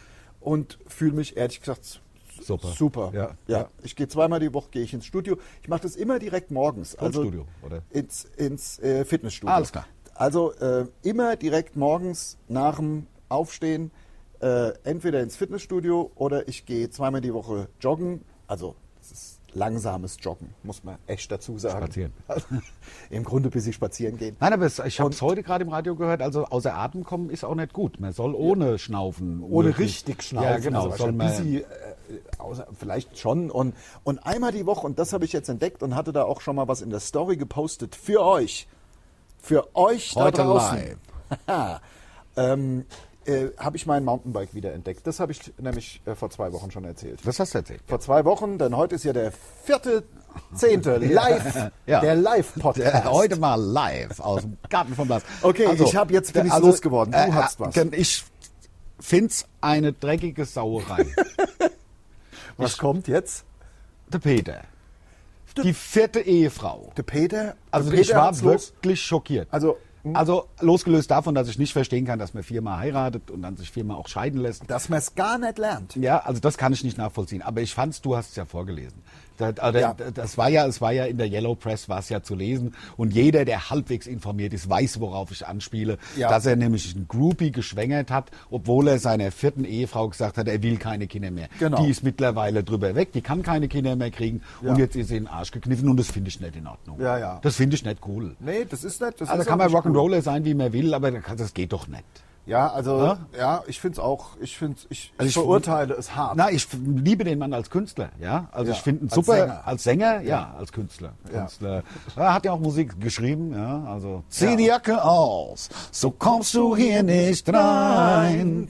Speaker 2: und fühle mich ehrlich gesagt s-
Speaker 1: Super.
Speaker 2: Super.
Speaker 1: Ja,
Speaker 2: ja.
Speaker 1: ja.
Speaker 2: Ich gehe zweimal die Woche gehe ich ins Studio. Ich mache das immer direkt morgens. Also
Speaker 1: Studio, oder?
Speaker 2: Ins, ins äh, Fitnessstudio.
Speaker 1: Alles klar.
Speaker 2: Also äh, immer direkt morgens nach dem Aufstehen äh, entweder ins Fitnessstudio oder ich gehe zweimal die Woche joggen. Also es ist langsames Joggen, muss man echt dazu sagen.
Speaker 1: Spazieren.
Speaker 2: Also, Im Grunde bis ich spazieren gehen.
Speaker 1: Nein, aber es, ich habe es heute gerade im Radio gehört, also außer Atem kommen ist auch nicht gut. Man soll ohne schnaufen.
Speaker 2: Ohne
Speaker 1: möglichst-
Speaker 2: richtig schnaufen.
Speaker 1: Ja, genau.
Speaker 2: Also
Speaker 1: soll
Speaker 2: schon
Speaker 1: man,
Speaker 2: busy, äh, außer, vielleicht schon. Und, und einmal die Woche, und das habe ich jetzt entdeckt und hatte da auch schon mal was in der Story gepostet für euch. Für euch
Speaker 1: Heute
Speaker 2: da
Speaker 1: live.
Speaker 2: draußen. ähm, äh, habe ich mein Mountainbike wieder entdeckt. Das habe ich nämlich äh, vor zwei Wochen schon erzählt.
Speaker 1: was hast du erzählt?
Speaker 2: Vor zwei Wochen, denn heute ist ja der vierte, zehnte live,
Speaker 1: Ja.
Speaker 2: der Live-Podcast.
Speaker 1: Der, Äh, heute mal live aus dem Garten Also, vom Blas.
Speaker 2: Okay, ich hab jetzt- bin
Speaker 1: der-
Speaker 2: ich's losgeworden. Du hast was.
Speaker 1: denn äh, Ich find's eine dreckige Sauerei.
Speaker 2: Was kommt jetzt?
Speaker 1: der Peter. Die vierte Ehefrau.
Speaker 2: Der Peter?
Speaker 1: Also
Speaker 2: der Peter
Speaker 1: ich war
Speaker 2: hat's los.
Speaker 1: wirklich schockiert.
Speaker 2: Also,
Speaker 1: also losgelöst davon, dass ich nicht verstehen kann, dass man viermal heiratet und dann sich viermal auch scheiden lässt.
Speaker 2: dass man es gar nicht lernt.
Speaker 1: Ja, also das kann ich nicht nachvollziehen. Aber ich fand's, du hast es ja vorgelesen. Das, also
Speaker 2: Ja.
Speaker 1: das war ja, es war ja in der Yellow Press war es ja zu lesen. Und jeder, der halbwegs informiert ist, weiß, worauf ich anspiele,
Speaker 2: Ja.
Speaker 1: dass er nämlich einen Groupie geschwängert hat, obwohl er seiner vierten Ehefrau gesagt hat, er will keine Kinder mehr.
Speaker 2: Genau.
Speaker 1: Die ist mittlerweile drüber weg, die kann keine Kinder mehr kriegen. Und
Speaker 2: Ja.
Speaker 1: jetzt ist sie in den Arsch gekniffen und das finde ich nicht in Ordnung.
Speaker 2: Ja, ja.
Speaker 1: Das finde ich nicht cool.
Speaker 2: Nee, das ist nicht. Das
Speaker 1: also
Speaker 2: ist
Speaker 1: kann
Speaker 2: auch
Speaker 1: man
Speaker 2: nicht cool.
Speaker 1: Rock'n'Roller sein, wie man will, aber das geht doch nicht.
Speaker 2: Ja, also
Speaker 1: Ja?
Speaker 2: ja, ich finde es auch. Ich finde ich,
Speaker 1: Also
Speaker 2: ich
Speaker 1: ich-
Speaker 2: verurteile es hart.
Speaker 1: Na, ich f- liebe den Mann als Künstler, Ah. ja. Also
Speaker 2: Ja,
Speaker 1: ich finde ihn
Speaker 2: als
Speaker 1: super
Speaker 2: Sänger.
Speaker 1: als Sänger, ja, als Künstler.
Speaker 2: Ja.
Speaker 1: Künstler. Er hat ja auch Musik geschrieben, ja. Also zieh
Speaker 2: Ja.
Speaker 1: die Jacke aus, so kommst du hier nicht rein.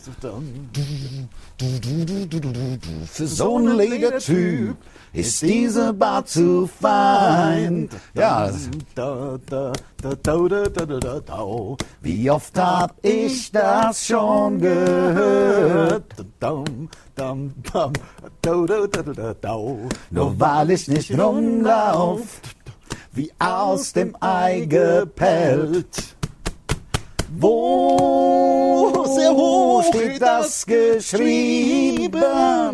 Speaker 1: Du, du, du, du, du, du, du. Für so einen Ledertyp ist diese Bar zu fein. Ja, das-
Speaker 2: Da, da, da, da, da, da, da, da, da.
Speaker 1: wie oft hab ich das schon gehört?
Speaker 2: dam, dam, dam, dau, dau, dau, dau, dau.
Speaker 1: Nur weil ich nicht rumlauf,
Speaker 2: wie
Speaker 1: aus dem Ei gepellt. Wo
Speaker 2: Oh, sehr hoch steht das
Speaker 1: das geschrieben?
Speaker 2: geschrieben. Da,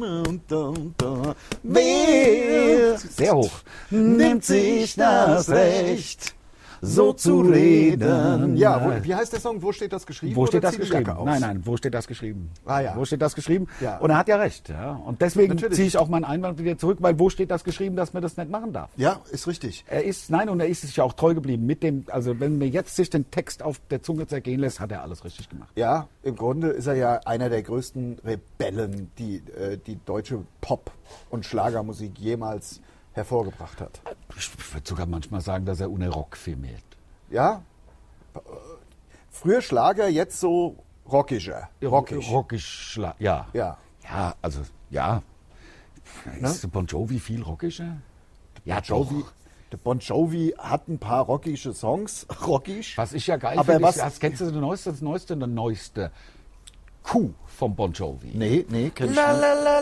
Speaker 2: da, da, da.
Speaker 1: Wer sehr hoch nimmt sich das Recht, so zu reden?
Speaker 2: Ja, wo, wie heißt der Song? Wo steht das geschrieben?
Speaker 1: Wo steht
Speaker 2: oder
Speaker 1: das
Speaker 2: zieh die Jacke
Speaker 1: geschrieben?
Speaker 2: aus?
Speaker 1: Nein, nein, wo steht das geschrieben?
Speaker 2: Ah, ja.
Speaker 1: Wo steht das geschrieben?
Speaker 2: Ja.
Speaker 1: Und er hat ja recht. Ja. Und deswegen
Speaker 2: Natürlich.
Speaker 1: ziehe ich auch meinen Einwand wieder zurück, weil wo steht das geschrieben, dass man das nicht machen darf?
Speaker 2: Ja, ist richtig.
Speaker 1: Er ist, nein, und er ist sich ja auch treu geblieben mit dem, also wenn mir jetzt sich den Text auf der Zunge zergehen lässt, hat er alles richtig gemacht.
Speaker 2: Ja, im Grunde ist er ja einer der größten Rebellen, die äh, die deutsche Pop- und Schlagermusik jemals hervorgebracht hat.
Speaker 1: Ich würde sogar manchmal sagen, dass er ohne Rock filmiert.
Speaker 2: Ja? Äh, Früher Schlager, jetzt so rockischer. Rockig.
Speaker 1: Rockig, Schla- ja.
Speaker 2: Ja.
Speaker 1: Ja, also, ja. Ist Bon Jovi viel rockischer? Ja,
Speaker 2: Jovi,
Speaker 1: doch.
Speaker 2: der Bon Jovi hat ein paar rockische Songs. Rockisch.
Speaker 1: Was ich ja geil
Speaker 2: Aber
Speaker 1: finde,
Speaker 2: was-
Speaker 1: ist, das- kennst du das neueste, das neueste, das neueste Kuh von Bon Jovi?
Speaker 2: Nee, nee, kenn ich nicht.
Speaker 1: la la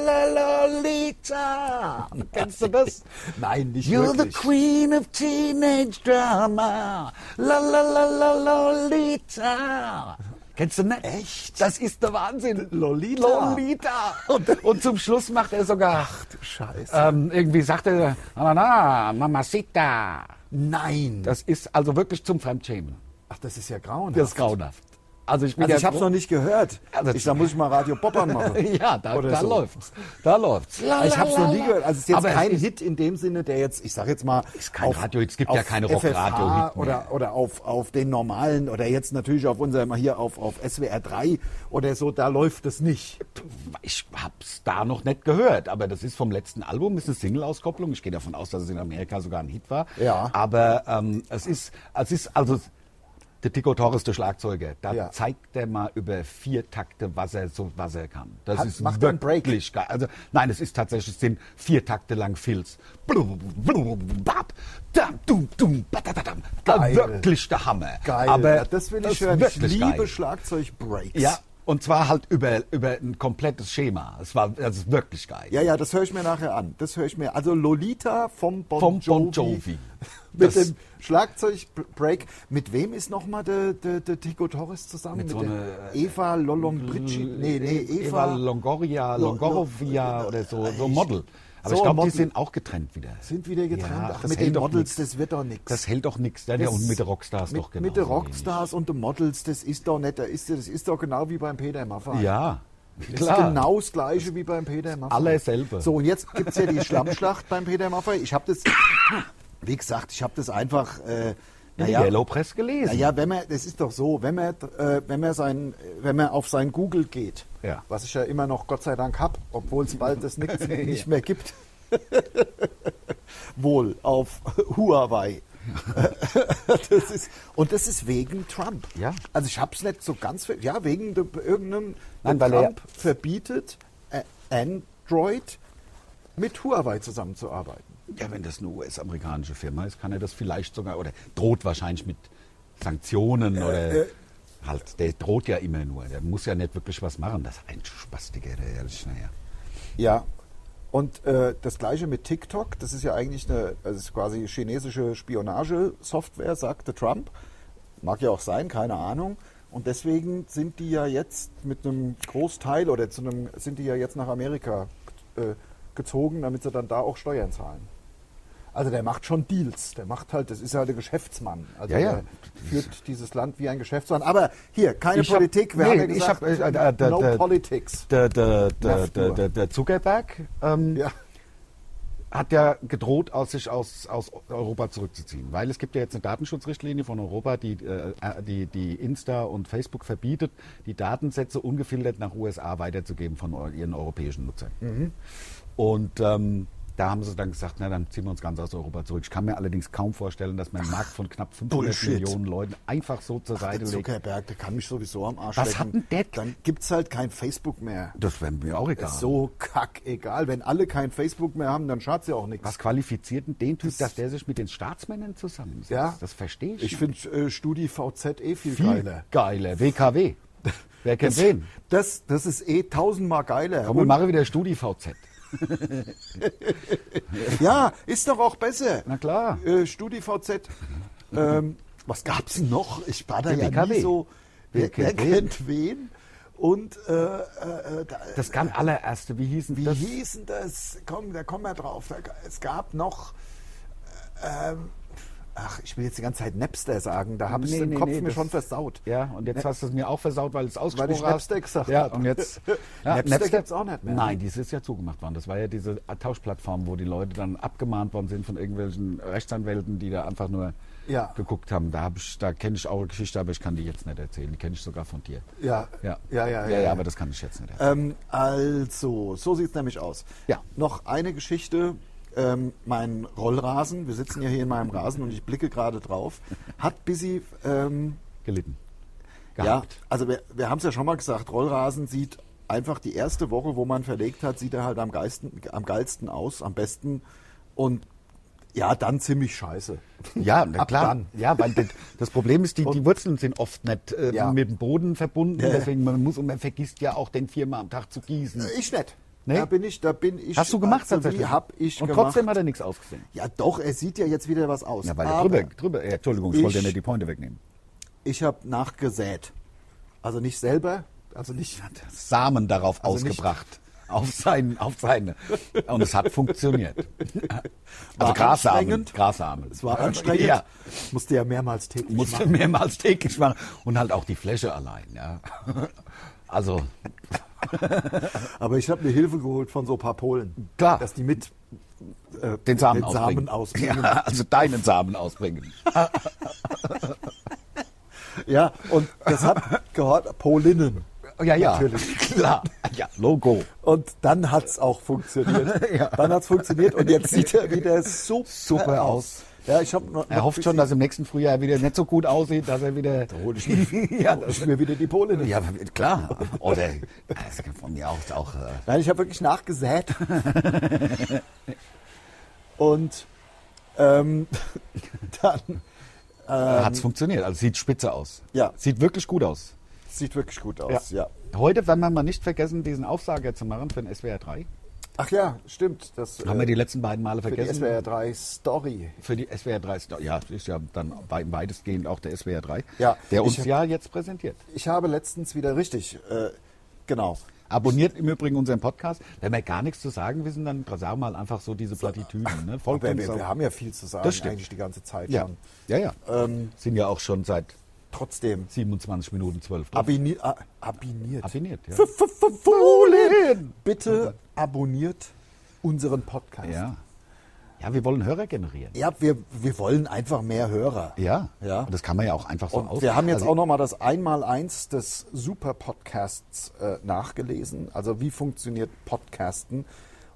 Speaker 1: Lolita. Kennst du das?
Speaker 2: Nein, nicht
Speaker 1: You're the
Speaker 2: wirklich.
Speaker 1: queen of teenage drama. La la la la Lolita. Kennst du nicht? Echt? Das ist der Wahnsinn.
Speaker 2: Lolita.
Speaker 1: Lolita. Und, und zum Schluss macht er sogar,
Speaker 2: Scheiße.
Speaker 1: ähm, irgendwie sagt er, na, na, na, Mamacita.
Speaker 2: Nein.
Speaker 1: Das ist also wirklich zum Fremdschämen.
Speaker 2: Ach, das ist ja grauenhaft.
Speaker 1: Das ist grauenhaft. Also ich bin
Speaker 2: also ich
Speaker 1: ja
Speaker 2: hab's noch nicht gehört.
Speaker 1: Also-
Speaker 2: ich, da muss ich mal Radio Pop anmachen.
Speaker 1: Ja, da,
Speaker 2: Oder
Speaker 1: da
Speaker 2: so.
Speaker 1: läuft's. Da läuft's.
Speaker 2: Ich hab's noch nie gehört. Also es ist jetzt
Speaker 1: Aber es
Speaker 2: kein
Speaker 1: ist-
Speaker 2: Hit in dem Sinne, der jetzt, ich sag jetzt mal,
Speaker 1: Ist kein Radio, es gibt ja keine Rockradio-Hit mehr.
Speaker 2: oder oder auf, auf den normalen oder jetzt natürlich auf unserem hier auf, auf SWR 3 oder so, da läuft es nicht.
Speaker 1: Ich hab's da noch nicht gehört, aber das ist vom letzten Album, ist eine Single-Auskopplung. Ich gehe davon aus, dass es in Amerika sogar ein Hit war.
Speaker 2: Ja.
Speaker 1: Aber ähm, es ist, es ist also der Tico Torres, der Schlagzeuger, da
Speaker 2: Ja.
Speaker 1: zeigt er mal über vier Takte, was er so was er kann. Das
Speaker 2: Hat-
Speaker 1: ist
Speaker 2: macht er einen Break?
Speaker 1: wirklich geil. Also nein, es ist tatsächlich es sind vier Takte lang Filz. Blub, blub, bap, dam, dum, dum, batadadam.
Speaker 2: Geil.
Speaker 1: Wirklich der Hammer.
Speaker 2: Geil.
Speaker 1: Aber
Speaker 2: Ja, das will ich
Speaker 1: das ist
Speaker 2: hören. Ich
Speaker 1: wirklich
Speaker 2: liebe
Speaker 1: geil.
Speaker 2: Schlagzeugbreaks.
Speaker 1: Ja, und zwar halt über, über ein komplettes Schema. Es war das ist wirklich geil.
Speaker 2: Ja, ja, das höre ich mir nachher an. Das höre ich mir. Also Lolita vom Bon
Speaker 1: Vom
Speaker 2: Jovi.
Speaker 1: Bon Jovi.
Speaker 2: Mit
Speaker 1: Das-
Speaker 2: dem Schlagzeugbreak. Mit wem ist nochmal der de, de Tico Torres zusammen?
Speaker 1: Mit so
Speaker 2: der
Speaker 1: einer, äh,
Speaker 2: Eva Lollombridgi? Nee, nee, Eva.
Speaker 1: Eva Longoria,
Speaker 2: Lo-
Speaker 1: Longorovia oder so, so
Speaker 2: ich-
Speaker 1: Model. Aber
Speaker 2: so
Speaker 1: ich
Speaker 2: ein
Speaker 1: glaube, die
Speaker 2: Model.
Speaker 1: sind auch getrennt wieder.
Speaker 2: sind wieder getrennt.
Speaker 1: Ja,
Speaker 2: Ach,
Speaker 1: das
Speaker 2: mit
Speaker 1: hält
Speaker 2: den
Speaker 1: doch nix.
Speaker 2: Models, das wird doch nichts.
Speaker 1: Das hält doch nichts. Ja, und mit den Rockstars
Speaker 2: mit,
Speaker 1: doch genau.
Speaker 2: Mit den Rockstars und den Models, das ist doch nicht, das ist, das ist doch genau wie beim Peter Maffay.
Speaker 1: Ja,
Speaker 2: Das ist
Speaker 1: klar.
Speaker 2: genau das gleiche wie beim Peter Maffay.
Speaker 1: alles selbe.
Speaker 2: So, und jetzt gibt es ja die Schlammschlacht beim Peter Maffay. Ich habe das, wie gesagt, ich habe das einfach, äh,
Speaker 1: Ja,
Speaker 2: naja,
Speaker 1: Yellow Press gelesen.
Speaker 2: naja, wenn man, das ist doch so, wenn man, äh, wenn man sein, wenn man auf sein Google geht,
Speaker 1: Ja.
Speaker 2: was ich ja immer noch Gott sei Dank habe, obwohl es bald das nix, nicht mehr gibt, wohl auf Huawei. das ist, und das ist wegen Trump.
Speaker 1: Ja.
Speaker 2: Also ich hab's nicht so ganz, ver- ja, wegen de, irgendeinem
Speaker 1: Nein,
Speaker 2: der
Speaker 1: weil er-
Speaker 2: Trump verbietet äh, Android mit Huawei zusammenzuarbeiten.
Speaker 1: Ja, wenn das eine US-amerikanische Firma ist, kann er das vielleicht sogar, oder droht wahrscheinlich mit Sanktionen oder halt, der droht ja immer nur. Der muss ja nicht wirklich was machen. Das ist ein Spastiker, der ehrlich, naja.
Speaker 2: Ja. Und äh, das gleiche mit TikTok, das ist ja eigentlich eine, das ist quasi chinesische Spionagesoftware, sagte Trump. Mag ja auch sein, keine Ahnung. Und deswegen sind die ja jetzt mit einem Großteil oder zu einem, sind die ja jetzt nach Amerika äh, gezogen, damit sie dann da auch Steuern zahlen. Also der macht schon Deals, der macht halt, das ist halt ein Geschäftsmann. Also
Speaker 1: Ja, ja.
Speaker 2: der führt dieses Land wie ein Geschäftsmann. Aber hier, keine
Speaker 1: hab-
Speaker 2: Politik, wir haben ja
Speaker 1: nee, ich
Speaker 2: gesagt,
Speaker 1: hab, äh, äh, äh, der-
Speaker 2: no
Speaker 1: der-
Speaker 2: politics.
Speaker 1: Der, der, der,
Speaker 2: Nervt nur.
Speaker 1: der, der, der Zuckerberg ähm,
Speaker 2: Ja.
Speaker 1: hat ja gedroht, aus sich aus, aus Europa zurückzuziehen, weil es gibt ja jetzt eine Datenschutzrichtlinie von Europa, die, äh, äh, die, die Insta und Facebook verbietet, die Datensätze ungefiltert nach USA weiterzugeben von eu- ihren europäischen Nutzern. Und ähm, da haben sie dann gesagt, na dann ziehen wir uns ganz aus Europa zurück. Ich kann mir allerdings kaum vorstellen, dass man einen Markt von knapp 500
Speaker 2: Bullshit.
Speaker 1: Millionen Leuten einfach so zur Seite
Speaker 2: Der
Speaker 1: legt.
Speaker 2: Zuckerberg, der kann mich sowieso am Arsch
Speaker 1: Was
Speaker 2: lecken.
Speaker 1: hat denn der-
Speaker 2: Dann gibt's halt kein Facebook mehr.
Speaker 1: Das wäre mir auch egal.
Speaker 2: Ist so kackegal. Wenn alle kein Facebook mehr haben, dann schad's ja auch nichts.
Speaker 1: Was qualifiziert denn den Typ, dass der sich mit den Staatsmännern zusammensetzt?
Speaker 2: Ja.
Speaker 1: Das verstehe ich.
Speaker 2: Ich
Speaker 1: nicht.
Speaker 2: finde äh, StudiVZ eh viel,
Speaker 1: viel
Speaker 2: geiler.
Speaker 1: geiler. WKW. Wer kennt
Speaker 2: das,
Speaker 1: den?
Speaker 2: Das, das ist eh tausendmal geiler.
Speaker 1: Komm, wir machen wieder StudiVZ.
Speaker 2: ja, ist doch auch besser.
Speaker 1: Na klar.
Speaker 2: Äh, StudiVZ. ähm, was gab's denn noch? Ich war da ja
Speaker 1: BKW.
Speaker 2: nie so.
Speaker 1: Wer
Speaker 2: Wer, wer
Speaker 1: kennt
Speaker 2: kennt, wen? Und äh, äh, da,
Speaker 1: Das ganz allererste, wie hießen
Speaker 2: wie
Speaker 1: das?
Speaker 2: hießen das? Komm, da kommen wir drauf. Da, es gab noch. Ähm, ach, ich will jetzt die ganze Zeit Napster sagen. Da habe ich
Speaker 1: Nee,
Speaker 2: im
Speaker 1: nee,
Speaker 2: Kopf
Speaker 1: nee,
Speaker 2: mir
Speaker 1: das-
Speaker 2: schon versaut.
Speaker 1: Ja, und jetzt hast du es mir auch versaut, weil du es ausgesprochen
Speaker 2: Weil ich
Speaker 1: hast.
Speaker 2: Napster gesagt
Speaker 1: Ja,
Speaker 2: hab.
Speaker 1: und jetzt.
Speaker 2: Napster gibt's auch nicht mehr. ne?
Speaker 1: Nein, die ist ja zugemacht worden. Das war ja diese Tauschplattform, wo die Leute dann abgemahnt worden sind von irgendwelchen Rechtsanwälten, die da einfach nur
Speaker 2: Ja.
Speaker 1: geguckt haben. Da, hab ich- da kenne ich auch eine Geschichte, aber ich kann die jetzt nicht erzählen. Die kenne ich sogar von dir.
Speaker 2: Ja,
Speaker 1: Ja.
Speaker 2: ja, ja,
Speaker 1: ja,
Speaker 2: ja.
Speaker 1: aber das kann ich jetzt nicht erzählen.
Speaker 2: Ähm, also, so sieht es nämlich aus.
Speaker 1: Ja.
Speaker 2: Noch eine Geschichte. Ähm, mein Rollrasen, wir sitzen ja hier in meinem Rasen und ich blicke gerade drauf, hat Busy, ähm,
Speaker 1: Gelitten.
Speaker 2: ja,
Speaker 1: Gehabt.
Speaker 2: also wir, wir haben es ja schon mal gesagt, Rollrasen sieht einfach die erste Woche, wo man verlegt hat, sieht er halt am, geisten, am geilsten aus, am besten und ja, dann ziemlich scheiße.
Speaker 1: Ja, na
Speaker 2: Ab
Speaker 1: klar.
Speaker 2: dann.
Speaker 1: Ja, weil das, das Problem ist, die, die Wurzeln sind oft nicht äh,
Speaker 2: Ja.
Speaker 1: mit dem Boden verbunden.
Speaker 2: Ja.
Speaker 1: Deswegen man muss und man vergisst ja auch den viermal am Tag zu gießen.
Speaker 2: Ich nicht.
Speaker 1: Nee?
Speaker 2: Äh, Da bin ich, da bin ich.
Speaker 1: Hast du gemacht
Speaker 2: also,
Speaker 1: tatsächlich?
Speaker 2: Wie hab ich
Speaker 1: und
Speaker 2: gemacht.
Speaker 1: trotzdem hat er nichts ausgesehen.
Speaker 2: ja, doch, er sieht ja jetzt wieder was aus.
Speaker 1: Ja, weil er
Speaker 2: Aber-
Speaker 1: drüber, drüber, äh, Entschuldigung, ich, wollte ja
Speaker 2: Ich-
Speaker 1: nicht die Pointe wegnehmen.
Speaker 2: Ich habe nachgesät. Also nicht selber, also nicht.
Speaker 1: Samen darauf
Speaker 2: Also nicht-
Speaker 1: ausgebracht. Auf seinen, auf seine. Und es hat funktioniert. Also
Speaker 2: War
Speaker 1: Grassamen.
Speaker 2: anstrengend.
Speaker 1: Grassamen.
Speaker 2: Es war anstrengend.
Speaker 1: Ja,
Speaker 2: Musste ja mehrmals täglich
Speaker 1: musste
Speaker 2: machen.
Speaker 1: mehrmals täglich machen. Und halt auch die Fläche allein. Ja. Also,
Speaker 2: Aber ich habe mir Hilfe geholt von so ein paar Polen.
Speaker 1: Klar.
Speaker 2: Dass die mit äh,
Speaker 1: den Samen
Speaker 2: den
Speaker 1: ausbringen.
Speaker 2: Samen ausbringen.
Speaker 1: Ja, also deinen Samen ausbringen.
Speaker 2: Ja. und das hat gehört, Polinnen.
Speaker 1: Ja, ja.
Speaker 2: Natürlich.
Speaker 1: Klar. Ja, Logo.
Speaker 2: Und dann hat es auch funktioniert.
Speaker 1: Ja.
Speaker 2: Dann hat es funktioniert und jetzt sieht er wieder super,
Speaker 1: Super aus.
Speaker 2: Ja, ich habe noch.
Speaker 1: Er hofft schon, dass im nächsten Frühjahr wieder nicht so gut aussieht, dass er wieder. Da hole ich ja, das,
Speaker 2: ich mir wieder die Polinnen.
Speaker 1: ja, klar. Oder das kann von mir auch. auch äh,
Speaker 2: Nein, ich habe wirklich nachgesät. Und ähm, dann
Speaker 1: hat's funktioniert. Also sieht spitze aus.
Speaker 2: Ähm. ja.
Speaker 1: Sieht wirklich gut aus.
Speaker 2: sieht wirklich gut aus. Ja.
Speaker 1: Heute, wenn wir mal nicht vergessen, diesen Aufsager zu machen für den SWR 3,
Speaker 2: Ach ja, stimmt. Das
Speaker 1: haben
Speaker 2: äh,
Speaker 1: wir die letzten beiden Male
Speaker 2: für die
Speaker 1: vergessen.
Speaker 2: SWR 3 Story.
Speaker 1: Für die SWR 3. ist- Ja, ist ja dann wei- weitestgehend auch der SWR 3,
Speaker 2: Ja,
Speaker 1: der uns
Speaker 2: ich hab-
Speaker 1: ja jetzt präsentiert.
Speaker 2: Ich habe letztens wieder richtig. Äh, genau.
Speaker 1: Abonniert im Übrigen unseren Podcast. Wenn wir gar nichts zu sagen wissen, dann sagen wir halt einfach so diese Plattitüden. Ne? Folgt
Speaker 2: Wir,
Speaker 1: uns
Speaker 2: wir,
Speaker 1: auf-
Speaker 2: wir haben ja viel zu sagen
Speaker 1: Das stimmt.
Speaker 2: eigentlich die ganze Zeit
Speaker 1: ja.
Speaker 2: schon.
Speaker 1: ja, ja.
Speaker 2: Ähm,
Speaker 1: Sind ja auch schon seit
Speaker 2: trotzdem.
Speaker 1: 27 Minuten 12 drauf.
Speaker 2: Abini a- abiniert.
Speaker 1: Abonniert, ja.
Speaker 2: F- f- f- Fohlen! Bitte abonniert unseren Podcast.
Speaker 1: ja. Ja, wir wollen Hörer generieren.
Speaker 2: Ja, wir, wir wollen einfach mehr Hörer.
Speaker 1: Ja,
Speaker 2: Ja.
Speaker 1: Und das kann man ja auch einfach so
Speaker 2: Und wir haben jetzt
Speaker 1: also,
Speaker 2: auch nochmal das Einmaleins des Super-Podcasts äh, nachgelesen. Also wie funktioniert Podcasten?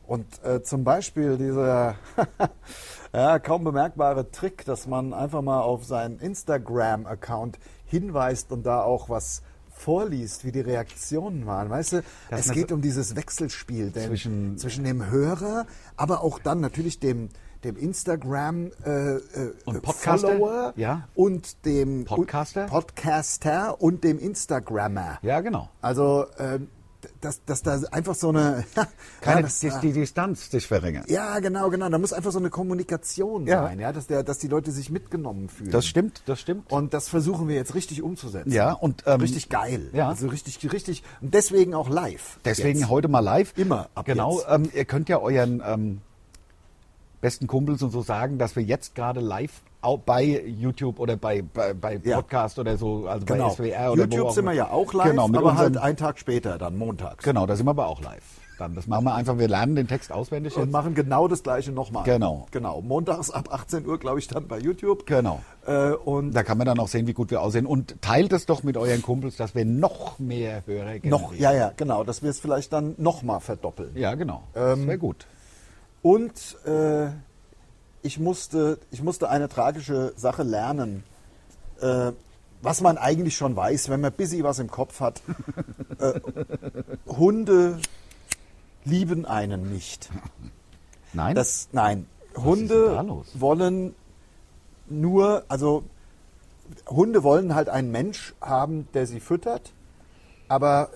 Speaker 2: Und äh, zum Beispiel dieser ja, kaum bemerkbare Trick, dass man einfach mal auf seinen Instagram-Account hinweist und da auch was vorliest, wie die Reaktionen waren. Weißt du,
Speaker 1: Dass
Speaker 2: es
Speaker 1: man
Speaker 2: geht
Speaker 1: so-
Speaker 2: um dieses Wechselspiel denn
Speaker 1: Zwischen-
Speaker 2: zwischen dem Hörer, aber auch dann natürlich dem, dem äh, Instagram-Follower
Speaker 1: Und Podcaster? Ja.
Speaker 2: und dem
Speaker 1: Podcaster?
Speaker 2: und, Podcaster und dem Instagrammer.
Speaker 1: Ja, genau.
Speaker 2: Also, ähm, dass, dass da einfach so eine.
Speaker 1: Keine,
Speaker 2: ja, das,
Speaker 1: die, die Distanz sich verringert.
Speaker 2: ja, genau, genau. Da muss einfach so eine Kommunikation
Speaker 1: Ja.
Speaker 2: sein, ja, dass, der, dass die Leute sich mitgenommen fühlen.
Speaker 1: Das stimmt, das stimmt.
Speaker 2: Und das versuchen wir jetzt richtig umzusetzen.
Speaker 1: Ja, und, ähm,
Speaker 2: richtig geil.
Speaker 1: ja.
Speaker 2: Also richtig, richtig. Und deswegen auch live.
Speaker 1: Deswegen
Speaker 2: jetzt.
Speaker 1: heute mal live.
Speaker 2: Immer, ab
Speaker 1: Genau.
Speaker 2: jetzt.
Speaker 1: Ähm, ihr könnt ja euren ähm, besten Kumpels und so sagen, dass wir jetzt gerade live auch bei YouTube oder bei, bei, bei
Speaker 2: Ja.
Speaker 1: Podcast oder so, also
Speaker 2: genau.
Speaker 1: bei SWR oder wo
Speaker 2: YouTube
Speaker 1: auch
Speaker 2: sind wir
Speaker 1: immer.
Speaker 2: ja auch live,
Speaker 1: Genau, mit
Speaker 2: aber
Speaker 1: unserem,
Speaker 2: halt einen Tag später, dann montags.
Speaker 1: genau, da sind wir aber auch live. Dann, das machen wir einfach, wir lernen den Text auswendig
Speaker 2: und
Speaker 1: jetzt.
Speaker 2: machen genau das gleiche nochmal.
Speaker 1: Genau.
Speaker 2: Genau. Montags ab 18 Uhr, glaube ich, dann bei YouTube.
Speaker 1: Genau.
Speaker 2: Äh, und
Speaker 1: Da kann man dann auch sehen, wie gut wir aussehen. Und teilt es doch mit euren Kumpels, dass wir noch mehr Hörer
Speaker 2: noch,
Speaker 1: generieren.
Speaker 2: ja, ja, genau, dass wir es vielleicht dann nochmal verdoppeln.
Speaker 1: Ja, genau. Das
Speaker 2: Ähm,
Speaker 1: wäre gut.
Speaker 2: Und äh, ich, musste, ich musste eine tragische Sache lernen, äh, was man eigentlich schon weiß, wenn man busy was im Kopf hat. äh, Hunde lieben einen nicht.
Speaker 1: Nein?
Speaker 2: Das, nein,
Speaker 1: denn da
Speaker 2: Hunde
Speaker 1: los?
Speaker 2: wollen nur, also Hunde wollen halt einen Mensch haben, der sie füttert aber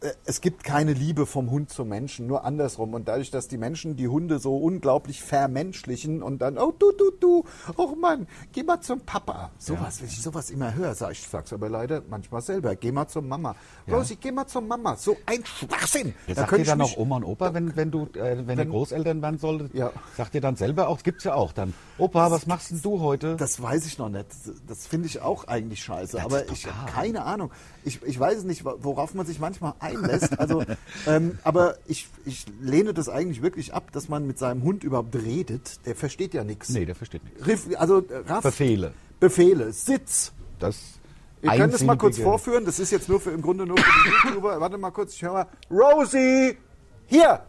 Speaker 2: äh, es gibt keine Liebe vom Hund zum Menschen, nur andersrum. Und dadurch, dass die Menschen die Hunde so unglaublich vermenschlichen und dann, oh du, du, du, oh Mann, geh mal zum Papa. Sowas, wenn ich sowas immer höre, sag ich sag's aber leider manchmal selber, geh mal zur Mama. Rosi, geh mal zur Mama. So ein Schwachsinn.
Speaker 1: Ja,
Speaker 2: Da
Speaker 1: sagt ihr
Speaker 2: könnte ich
Speaker 1: dann
Speaker 2: mich-
Speaker 1: auch Oma und Opa, wenn, wenn du, äh, wenn ihr Großeltern werden solltet?
Speaker 2: Ja.
Speaker 1: Sagt ihr dann selber auch, gibt's ja auch dann. Opa, was machst denn du heute?
Speaker 2: Das weiß ich noch nicht. Das- Das finde ich auch eigentlich scheiße. aber
Speaker 1: ist
Speaker 2: ich
Speaker 1: total.
Speaker 2: habe keine Ahnung. Ich, ich weiß es nicht, worauf man sich manchmal einlässt. Also, ähm, aber ich, ich lehne das eigentlich wirklich ab, dass man mit seinem Hund überhaupt redet. Der versteht ja nichts.
Speaker 1: nee, der versteht nichts.
Speaker 2: Riff, also äh, Raff,
Speaker 1: Befehle.
Speaker 2: Befehle, Sitz.
Speaker 1: Das
Speaker 2: Wir können das mal kurz
Speaker 1: einsilbige-
Speaker 2: vorführen. Das ist jetzt nur für im Grunde nur für die YouTuber. Warte mal kurz, ich höre mal. Rosie! Hier!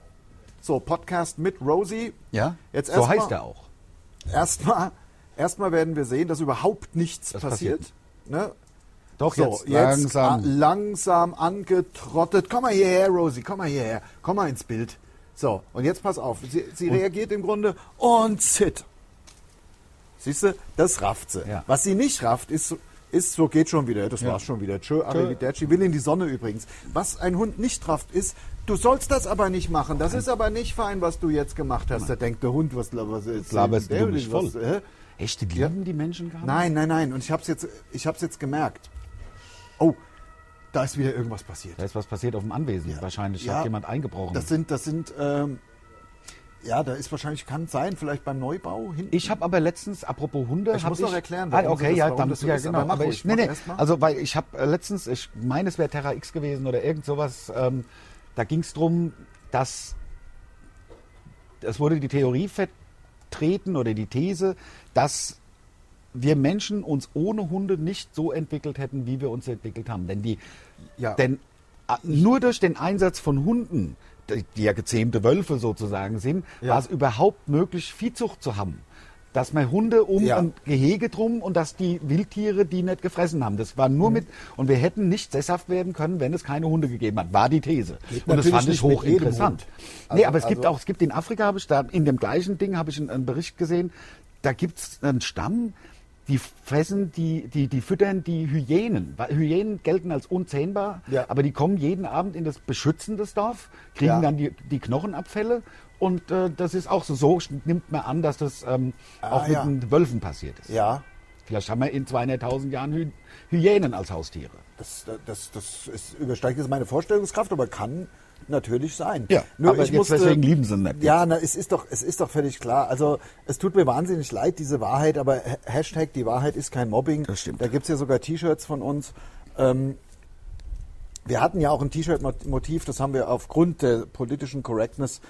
Speaker 2: So, Podcast mit Rosie.
Speaker 1: Ja,
Speaker 2: Jetzt
Speaker 1: so
Speaker 2: erst
Speaker 1: heißt
Speaker 2: mal-
Speaker 1: er auch.
Speaker 2: Erstmal, erstmal werden wir sehen, dass überhaupt nichts
Speaker 1: Das
Speaker 2: passiert.
Speaker 1: passiert.
Speaker 2: Ne?
Speaker 1: Doch
Speaker 2: So, Ah,
Speaker 1: jetzt, langsam.
Speaker 2: a- langsam angetrottet. Komm mal hierher, Rosie, komm mal hierher. Komm mal ins Bild. So, und jetzt pass auf. Sie, sie reagiert im Grunde und sit. Siehst du, das rafft sie.
Speaker 1: Ja.
Speaker 2: Was sie nicht rafft, ist, ist so geht schon wieder. Das war's schon wieder. Tschö, arrivederci. Will in die Sonne übrigens. Was ein Hund nicht rafft, ist, du sollst das aber nicht machen. Das ist aber nicht fein, was du jetzt gemacht hast. Da denkt der Hund, was, was ist
Speaker 1: laberst
Speaker 2: der
Speaker 1: du
Speaker 2: will
Speaker 1: mich
Speaker 2: was,
Speaker 1: voll.
Speaker 2: hä?
Speaker 1: Echt, die
Speaker 2: Ja.
Speaker 1: lieben die Menschen gar nicht?
Speaker 2: Nein, nein, nein. Und ich habe es jetzt, ich hab's jetzt gemerkt. Oh, da ist wieder irgendwas passiert.
Speaker 1: Da ist was passiert auf dem Anwesen. Wahrscheinlich
Speaker 2: Ja.
Speaker 1: hat jemand eingebrochen.
Speaker 2: Das sind, das sind, ähm, ja, da ist wahrscheinlich, kann sein, vielleicht beim Neubau hinten.
Speaker 1: Ich habe aber letztens, apropos Hunde,
Speaker 2: Ich
Speaker 1: hab
Speaker 2: muss noch erklären,
Speaker 1: ah,
Speaker 2: warum
Speaker 1: okay,
Speaker 2: sie das-
Speaker 1: ja,
Speaker 2: warum
Speaker 1: dann,
Speaker 2: das so
Speaker 1: ja,
Speaker 2: ist,
Speaker 1: genau.
Speaker 2: aber
Speaker 1: Aber
Speaker 2: mach ruhig,
Speaker 1: ich, nee,
Speaker 2: mach
Speaker 1: nee,
Speaker 2: erst mal.
Speaker 1: also weil ich habe äh, letztens, ich meine, es wäre Terra X gewesen oder irgend sowas. Ähm, da ging es darum, dass es wurde die Theorie vertreten oder die These, dass wir Menschen uns ohne Hunde nicht so entwickelt hätten, wie wir uns entwickelt haben. Denn, die,
Speaker 2: Ja.
Speaker 1: denn äh, nur durch den Einsatz von Hunden, die die ja gezähmte Wölfe sozusagen sind,
Speaker 2: Ja.
Speaker 1: war es überhaupt möglich, Viehzucht zu haben. Dass man Hunde um
Speaker 2: Ja.
Speaker 1: ein Gehege drum und dass die Wildtiere die nicht gefressen haben. Das war
Speaker 2: Mhm.
Speaker 1: nur mit, und wir hätten nicht sesshaft werden können, wenn es keine Hunde gegeben hat, war die These.
Speaker 2: Geht
Speaker 1: und das
Speaker 2: natürlich
Speaker 1: fand ich
Speaker 2: nicht mit jedem
Speaker 1: hochinteressant.
Speaker 2: Hund.
Speaker 1: nee,
Speaker 2: Also-
Speaker 1: aber es gibt
Speaker 2: also-
Speaker 1: auch, es gibt in Afrika, habe ich da, in dem gleichen Ding habe ich einen, einen Bericht gesehen, da gibt es einen Stamm, die fressen, die, die, die füttern die Hyänen. Weil Hyänen gelten als unzähmbar,
Speaker 2: Ja.
Speaker 1: aber die kommen jeden Abend in das Beschützen des Dorf, kriegen
Speaker 2: Ja.
Speaker 1: dann die, die Knochenabfälle und äh, das ist auch so, so nimmt man an, dass das ähm, auch mit
Speaker 2: Ah, ja.
Speaker 1: den Wölfen passiert ist.
Speaker 2: ja,
Speaker 1: Vielleicht haben wir in 200.000 Jahren Hy Hyänen als Haustiere.
Speaker 2: das, das, das ist, übersteigt jetzt meine Vorstellungskraft, aber kann natürlich sein.
Speaker 1: Ja,
Speaker 2: Nur
Speaker 1: aber
Speaker 2: ich
Speaker 1: jetzt
Speaker 2: musste,
Speaker 1: deswegen lieben sie ihn nicht.
Speaker 2: Ja, na, es ist doch, es ist doch völlig klar. Also es tut mir wahnsinnig leid, diese Wahrheit, aber Ha- Hashtag die Wahrheit ist kein Mobbing.
Speaker 1: Das stimmt.
Speaker 2: Da gibt's ja sogar T-Shirts von uns. Ähm, wir hatten ja auch ein T-Shirt-Motiv, das haben wir aufgrund der politischen Correctness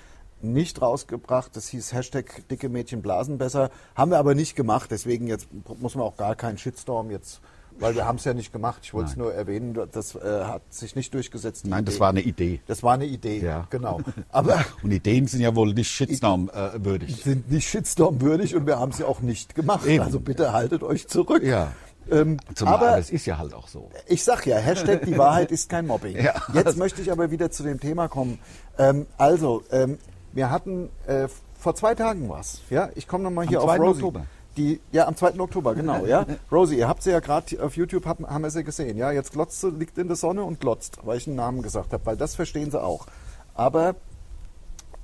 Speaker 2: nicht rausgebracht. Das hieß Hashtag dicke Mädchen blasen besser. Haben wir aber nicht gemacht, deswegen jetzt muss man auch gar keinen Shitstorm jetzt, weil wir haben es ja nicht gemacht. Ich wollte es nur erwähnen, das äh, hat sich nicht durchgesetzt. die
Speaker 1: Nein, das
Speaker 2: Idee.
Speaker 1: war eine Idee.
Speaker 2: Das war eine Idee,
Speaker 1: Ja.
Speaker 2: genau. Aber
Speaker 1: Und Ideen sind ja wohl nicht Shitstorm äh, würdig.
Speaker 2: sind nicht Shitstorm würdig und wir haben es ja auch nicht gemacht.
Speaker 1: Eben.
Speaker 2: Also bitte haltet euch zurück.
Speaker 1: Ja.
Speaker 2: Ähm,
Speaker 1: Zumal, aber
Speaker 2: aber
Speaker 1: es ist ja halt auch so.
Speaker 2: ich sag ja, Hashtag die Wahrheit ist kein Mobbing.
Speaker 1: Ja.
Speaker 2: Jetzt möchte ich aber wieder zu dem Thema kommen. Ähm, also, ähm, wir hatten äh, vor zwei Tagen was. Ja, ich komme nochmal hier auf
Speaker 1: 2.
Speaker 2: Rosie.
Speaker 1: Oktober.
Speaker 2: Die, ja, am 2. Oktober, genau, ja. Rosie, ihr habt sie ja gerade auf YouTube, hab, haben wir sie gesehen, ja. Jetzt glotzt sie, liegt in der Sonne und glotzt, weil ich einen Namen gesagt habe, weil das verstehen sie auch. Aber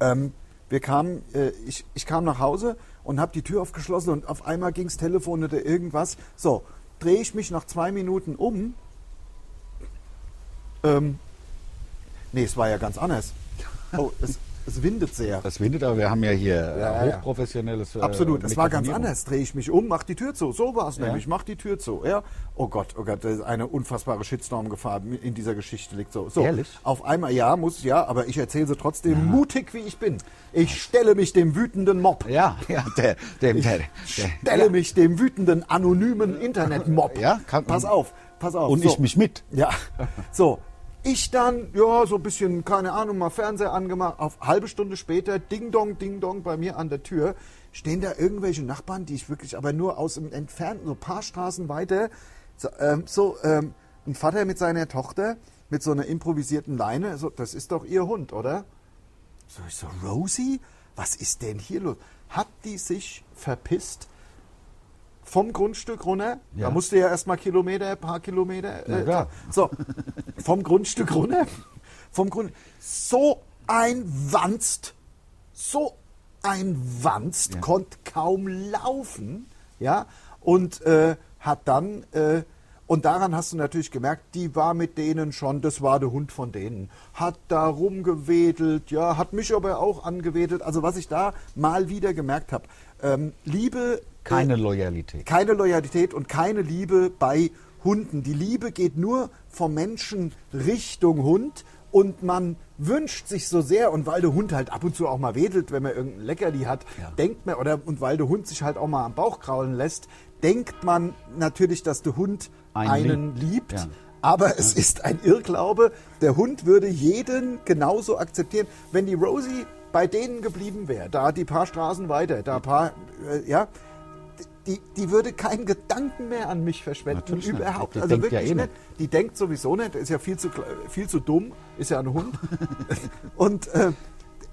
Speaker 2: ähm, wir kamen, äh, ich, ich kam nach Hause und habe die Tür aufgeschlossen und auf einmal ging's Telefon oder irgendwas. So, drehe ich mich nach zwei Minuten um. Ähm, nee, es war ja ganz anders. Oh, es, es windet sehr.
Speaker 1: Das windet, aber wir haben ja hier äh,
Speaker 2: Ja, ja.
Speaker 1: hochprofessionelles. äh,
Speaker 2: Absolut, es war ganz
Speaker 1: Mikrofonierung.
Speaker 2: anders. Drehe ich mich um, mach die Tür zu. So war es
Speaker 1: Ja.
Speaker 2: nämlich, mach die Tür zu. Ja. Oh Gott, oh Gott, das ist eine unfassbare Shitstorm-Gefahr in dieser Geschichte liegt so. so.
Speaker 1: Ehrlich?
Speaker 2: Auf einmal, ja, muss, ja, aber ich erzähle sie trotzdem mutig, wie ich bin. Ich stelle mich dem wütenden Mob.
Speaker 1: Ja, ja, der, der, der, der.
Speaker 2: Stelle mich dem wütenden anonymen Internetmob.
Speaker 1: Ja, kann- mhm.
Speaker 2: pass auf, pass auf.
Speaker 1: Und ich mich mit.
Speaker 2: Ja, so. Ich dann, ja, so ein bisschen, keine Ahnung, mal Fernseher angemacht. Auf halbe Stunde später, Ding Dong, Ding Dong, bei mir an der Tür stehen da irgendwelche Nachbarn, die ich wirklich, aber nur aus dem entfernten, so ein paar Straßen weiter, so, ähm, so ähm, ein Vater mit seiner Tochter mit so einer improvisierten Leine. So, das ist doch ihr Hund, oder? So, ich so, Rosie, was ist denn hier los? Hat die sich verpisst? vom Grundstück runter.
Speaker 1: Ja.
Speaker 2: Da musst du ja erstmal Kilometer, paar Kilometer. äh,
Speaker 1: Ja, klar.
Speaker 2: So, vom Grundstück runter. Vom Grund. So ein Wanst. So ein Wanst
Speaker 1: Ja.
Speaker 2: konnte kaum laufen. Ja. Und äh, hat dann. Äh, und daran hast du natürlich gemerkt, die war mit denen schon, das war der Hund von denen. Hat da rumgewedelt, ja, hat mich aber auch angewedelt. Also was ich da mal wieder gemerkt habe, ähm, Liebe
Speaker 1: Keine Loyalität.
Speaker 2: keine Loyalität und keine Liebe bei Hunden. Die Liebe geht nur vom Menschen Richtung Hund und man wünscht sich so sehr und weil der Hund halt ab und zu auch mal wedelt, wenn man irgendein Leckerli hat,
Speaker 1: Ja.
Speaker 2: denkt man oder und weil der Hund sich halt auch mal am Bauch kraulen lässt, denkt man natürlich, dass der Hund
Speaker 1: Einen
Speaker 2: einen liebt.
Speaker 1: Ja.
Speaker 2: Aber es ist ein Irrglaube. Der Hund würde jeden genauso akzeptieren. Wenn die Rosie bei denen geblieben wäre, da die paar Straßen weiter, da paar, äh, ja, die, die würde keinen Gedanken mehr an mich verschwenden.
Speaker 1: Natürlich nicht.
Speaker 2: überhaupt.
Speaker 1: Die
Speaker 2: also
Speaker 1: denkt
Speaker 2: wirklich
Speaker 1: ja eh
Speaker 2: nicht. Die denkt sowieso nicht. Ist ja viel zu, kle- viel zu dumm. Ist ja ein Hund. Und äh,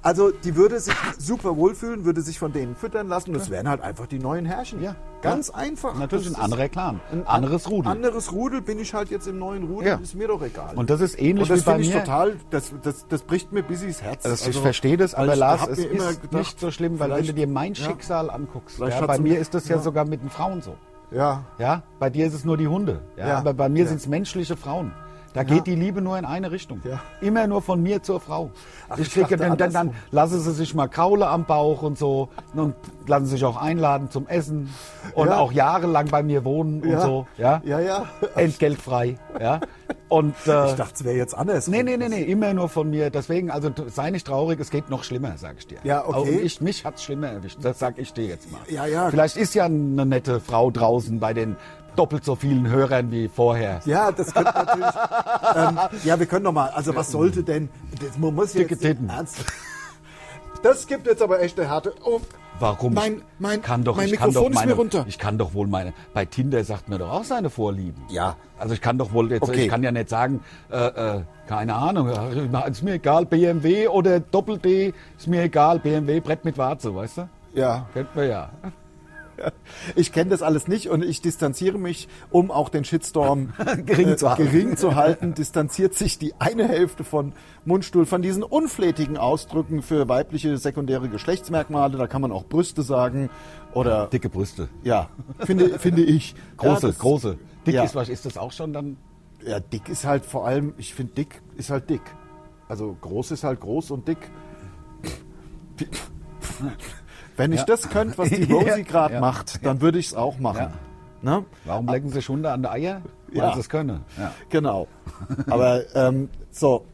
Speaker 2: also die würde sich super wohlfühlen, würde sich von denen füttern lassen. Das wären halt einfach die neuen Herrchen.
Speaker 1: Ja.
Speaker 2: Ganz
Speaker 1: Ja.
Speaker 2: einfach.
Speaker 1: Natürlich
Speaker 2: Das
Speaker 1: ein
Speaker 2: ist-
Speaker 1: anderer Clan, ein anderes Rudel.
Speaker 2: Anderes Rudel bin ich halt jetzt im neuen Rudel,
Speaker 1: Ja.
Speaker 2: ist mir doch egal.
Speaker 1: Und das ist ähnlich
Speaker 2: Und das
Speaker 1: wie bei
Speaker 2: finde ich
Speaker 1: mir.
Speaker 2: total, das, das, das bricht mir bis ins Herz.
Speaker 1: Also, ich
Speaker 2: Also,
Speaker 1: verstehe das,
Speaker 2: weil
Speaker 1: aber
Speaker 2: ich
Speaker 1: Lars,
Speaker 2: hab
Speaker 1: es
Speaker 2: mir immer
Speaker 1: ist
Speaker 2: gedacht,
Speaker 1: nicht so schlimm, weil wenn du
Speaker 2: vielleicht-
Speaker 1: dir mein
Speaker 2: ja.
Speaker 1: Schicksal anguckst,
Speaker 2: Vielleicht
Speaker 1: ja,
Speaker 2: hat's
Speaker 1: bei
Speaker 2: ein-
Speaker 1: mir ist das ja,
Speaker 2: ja.
Speaker 1: sogar mit den Frauen so.
Speaker 2: Ja,
Speaker 1: Ja, bei dir ist es nur die Hunde, ja,
Speaker 2: Ja.
Speaker 1: aber bei mir
Speaker 2: Ja.
Speaker 1: sind es menschliche Frauen. Da
Speaker 2: Ja.
Speaker 1: geht die Liebe nur in eine Richtung.
Speaker 2: Ja.
Speaker 1: Immer nur von mir zur Frau.
Speaker 2: Ach,
Speaker 1: ich
Speaker 2: ich
Speaker 1: kriege
Speaker 2: dachte
Speaker 1: dann, dann, dann
Speaker 2: andersrum.
Speaker 1: lassen sie sich mal Kaule am Bauch und so und lassen sich auch einladen zum Essen und
Speaker 2: Ja.
Speaker 1: auch jahrelang bei mir wohnen und
Speaker 2: ja,
Speaker 1: so. Ja?
Speaker 2: ja, ja.
Speaker 1: Entgeltfrei. Ja? Und, äh,
Speaker 2: Ich dachte, es wäre jetzt anders.
Speaker 1: Nee, nee, nee, nee, immer nur von mir. Deswegen, also t- sei nicht traurig, es geht noch schlimmer, sag ich dir.
Speaker 2: Ja, okay.
Speaker 1: Und ich, mich hat's schlimmer erwischt, das sag ich dir jetzt mal.
Speaker 2: Ja, ja.
Speaker 1: Vielleicht ist ja eine nette Frau draußen bei den doppelt so vielen Hörern wie vorher.
Speaker 2: Ja, das könnte natürlich. ähm, ja, wir können noch mal. Also was sollte denn? Das, man muss jetzt
Speaker 1: Dicke Titten.
Speaker 2: Ernst. Das gibt jetzt aber echte Härte. Oh,
Speaker 1: Warum?
Speaker 2: Mein- mein-
Speaker 1: ich kann doch,
Speaker 2: mein
Speaker 1: ich kann
Speaker 2: Mikrofon
Speaker 1: doch
Speaker 2: ist
Speaker 1: meine,
Speaker 2: mir runter.
Speaker 1: Ich kann doch wohl meine. Bei Tinder sagt man doch auch seine Vorlieben.
Speaker 2: Ja.
Speaker 1: Also ich kann doch wohl jetzt,
Speaker 2: Okay.
Speaker 1: ich kann ja nicht sagen, äh, äh, keine Ahnung, äh, ist mir egal, BMW oder Doppel D, ist mir egal, BMW Brett mit Warze, weißt du?
Speaker 2: ja.
Speaker 1: Kennt man ja.
Speaker 2: Ich kenne das alles nicht und ich distanziere mich, um auch den Shitstorm äh,
Speaker 1: Gering zu halten.
Speaker 2: gering zu halten. Distanziert sich die eine Hälfte von Mundstuhl von diesen unflätigen Ausdrücken für weibliche sekundäre Geschlechtsmerkmale. Da kann man auch Brüste sagen oder
Speaker 1: Dicke Brüste.
Speaker 2: ja, finde, finde ich.
Speaker 1: Große,
Speaker 2: ja, das-
Speaker 1: große. Dick
Speaker 2: ja.
Speaker 1: ist was, ist das auch schon dann?
Speaker 2: Ja, dick ist halt vor allem, ich finde dick ist halt dick. Also groß ist halt groß und dick. Wenn ich
Speaker 1: Ja.
Speaker 2: das könnte, was die Rosie
Speaker 1: Ja,
Speaker 2: gerade
Speaker 1: ja,
Speaker 2: macht, dann würde ich es auch machen. Ne?
Speaker 1: Warum lecken sich Hunde an die Eier? Weil
Speaker 2: Ja.
Speaker 1: sie es können. Ja.
Speaker 2: Genau. Aber ähm, so,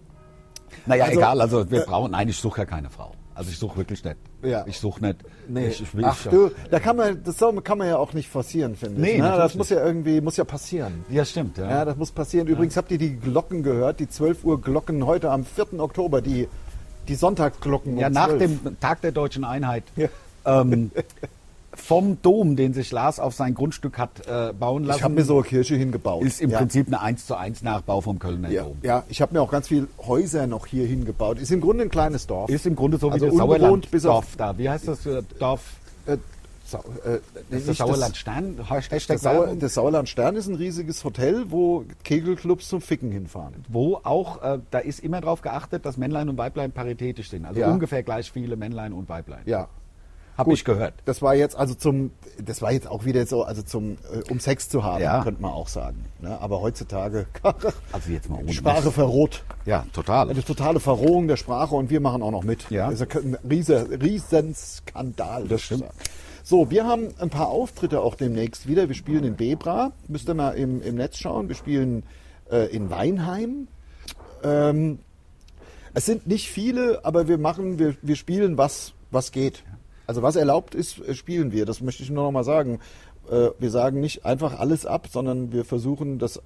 Speaker 1: Naja,
Speaker 2: Also,
Speaker 1: egal, also wir brauchen, nein, ich suche ja keine Frau. Also ich suche wirklich nicht.
Speaker 2: Ja.
Speaker 1: Ich suche nicht.
Speaker 2: nee.
Speaker 1: Ich, ich will
Speaker 2: Ach
Speaker 1: schon-
Speaker 2: du, da kann man, das soll- kann man ja auch nicht forcieren, finde
Speaker 1: Nee,
Speaker 2: ich. Ne? Das
Speaker 1: natürlich
Speaker 2: muss ja irgendwie, muss ja passieren.
Speaker 1: Ja, stimmt. Ja.
Speaker 2: Ja, das muss passieren. Übrigens habt ihr die Glocken gehört, die 12 Uhr Glocken heute am 4. Oktober, die, die Sonntagsglocken.
Speaker 1: Ja,
Speaker 2: um
Speaker 1: nach
Speaker 2: 12.
Speaker 1: dem Tag der deutschen Einheit.
Speaker 2: Ja.
Speaker 1: Ähm, vom Dom, den sich Lars auf sein Grundstück hat äh, bauen lassen,
Speaker 2: Ich habe mir so eine Kirche hingebaut.
Speaker 1: ist im
Speaker 2: ja.
Speaker 1: Prinzip eine 1 zu 1 Nachbau vom Kölner
Speaker 2: Ja,
Speaker 1: Dom.
Speaker 2: ja ich habe mir auch ganz viel Häuser noch hier hingebaut. Ist im Grunde ein kleines Dorf.
Speaker 1: Ist im Grunde so wie
Speaker 2: Also
Speaker 1: das
Speaker 2: unbewohnt
Speaker 1: Sauerland
Speaker 2: bis auf-
Speaker 1: Dorf da. Wie heißt das äh, Dorf?
Speaker 2: äh, Sau, äh,
Speaker 1: Ist
Speaker 2: nicht
Speaker 1: das
Speaker 2: das
Speaker 1: Sauerland Stern? Hashtag
Speaker 2: Das, Sauer,
Speaker 1: Werbung?
Speaker 2: das Sauerland Stern ist ein riesiges Hotel, wo Kegelclubs zum Ficken hinfahren.
Speaker 1: wo auch, äh, da ist immer darauf geachtet, dass Männlein und Weiblein paritätisch sind. Also
Speaker 2: Ja.
Speaker 1: ungefähr gleich viele Männlein und Weiblein.
Speaker 2: Ja.
Speaker 1: Hab
Speaker 2: Gut.
Speaker 1: ich gehört.
Speaker 2: Das war jetzt also zum, das war jetzt auch wieder so, also zum, äh, um Sex zu haben,
Speaker 1: Ja.
Speaker 2: könnte man auch sagen. Ne? Aber heutzutage,
Speaker 1: Also jetzt mal ohne
Speaker 2: Sprache verrot.
Speaker 1: Ja, total.
Speaker 2: Eine totale Verrohung der Sprache und wir machen auch noch mit.
Speaker 1: Ja.
Speaker 2: Das ist ein riesen, riesen Skandal. Das
Speaker 1: stimmt.
Speaker 2: So, wir haben ein paar Auftritte auch demnächst wieder. Wir spielen in Bebra, müsst ihr mal im, im Netz schauen. Wir spielen äh, in Weinheim. Ähm, es sind nicht viele, aber wir machen, wir, wir spielen, was, was geht. Also was erlaubt ist, äh, spielen wir. Das möchte ich nur noch mal sagen. Äh, Wir sagen nicht einfach alles ab, sondern wir versuchen, das, äh,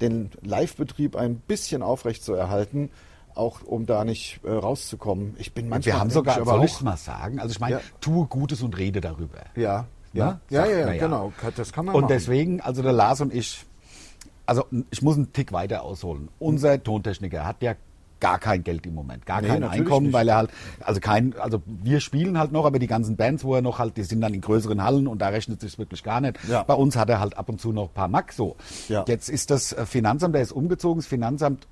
Speaker 2: den Live-Betrieb ein bisschen aufrechtzuerhalten, auch um da nicht äh, rauszukommen. Ich bin manchmal
Speaker 1: Wir haben
Speaker 2: denk
Speaker 1: sogar,
Speaker 2: ich
Speaker 1: soll
Speaker 2: aber
Speaker 1: ich
Speaker 2: auch,
Speaker 1: mal sagen? Also ich meine,
Speaker 2: Ja.
Speaker 1: tue Gutes und rede darüber.
Speaker 2: ja,
Speaker 1: Ne?
Speaker 2: ja, ja,
Speaker 1: Sagt
Speaker 2: ja,
Speaker 1: man
Speaker 2: ja, genau. Das kann man
Speaker 1: Und
Speaker 2: machen.
Speaker 1: deswegen, also der Lars und ich, also ich muss einen Tick weiter ausholen. Unser Tontechniker hat ja gar kein Geld im Moment, gar
Speaker 2: Nee,
Speaker 1: kein
Speaker 2: natürlich
Speaker 1: Einkommen,
Speaker 2: nicht.
Speaker 1: weil er halt, also kein, also wir spielen halt noch, aber die ganzen Bands, wo er noch halt, die sind dann in größeren Hallen und da rechnet sich's wirklich gar nicht.
Speaker 2: Ja.
Speaker 1: Bei uns hat er halt ab und zu noch ein paar Mack so.
Speaker 2: Ja.
Speaker 1: Jetzt ist das äh, Finanzamt, der ist umgezogen, das Finanzamt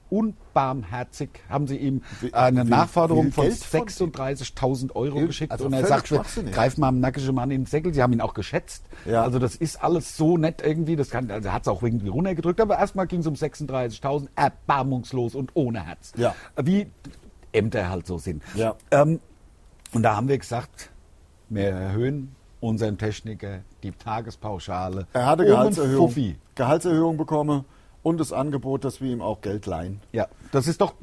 Speaker 1: unbarmherzig haben sie ihm äh, eine
Speaker 2: wie-
Speaker 1: Nachforderung
Speaker 2: wie
Speaker 1: von
Speaker 2: Geld von-
Speaker 1: 36.000 Euro
Speaker 2: Irr-
Speaker 1: geschickt
Speaker 2: also
Speaker 1: und er
Speaker 2: völlig
Speaker 1: sagt,
Speaker 2: schwachsinnig.
Speaker 1: greif mal am nackigen Mann in den Säckel, sie haben ihn auch geschätzt.
Speaker 2: Ja.
Speaker 1: Also das ist alles so nett irgendwie, das kann, also er hat es auch irgendwie runtergedrückt, aber erstmal ging es um 36.000, erbarmungslos und ohne Herz.
Speaker 2: Ja.
Speaker 1: Wie Ämter halt so sind.
Speaker 2: Ja.
Speaker 1: Ähm, und da haben wir gesagt, wir erhöhen unseren Techniker die Tagespauschale um
Speaker 2: Er hatte
Speaker 1: einen
Speaker 2: Gehaltserhöhung,
Speaker 1: Fuffi.
Speaker 2: Gehaltserhöhung bekomme und das Angebot, dass wir ihm auch Geld leihen.
Speaker 1: Ja, das ist doch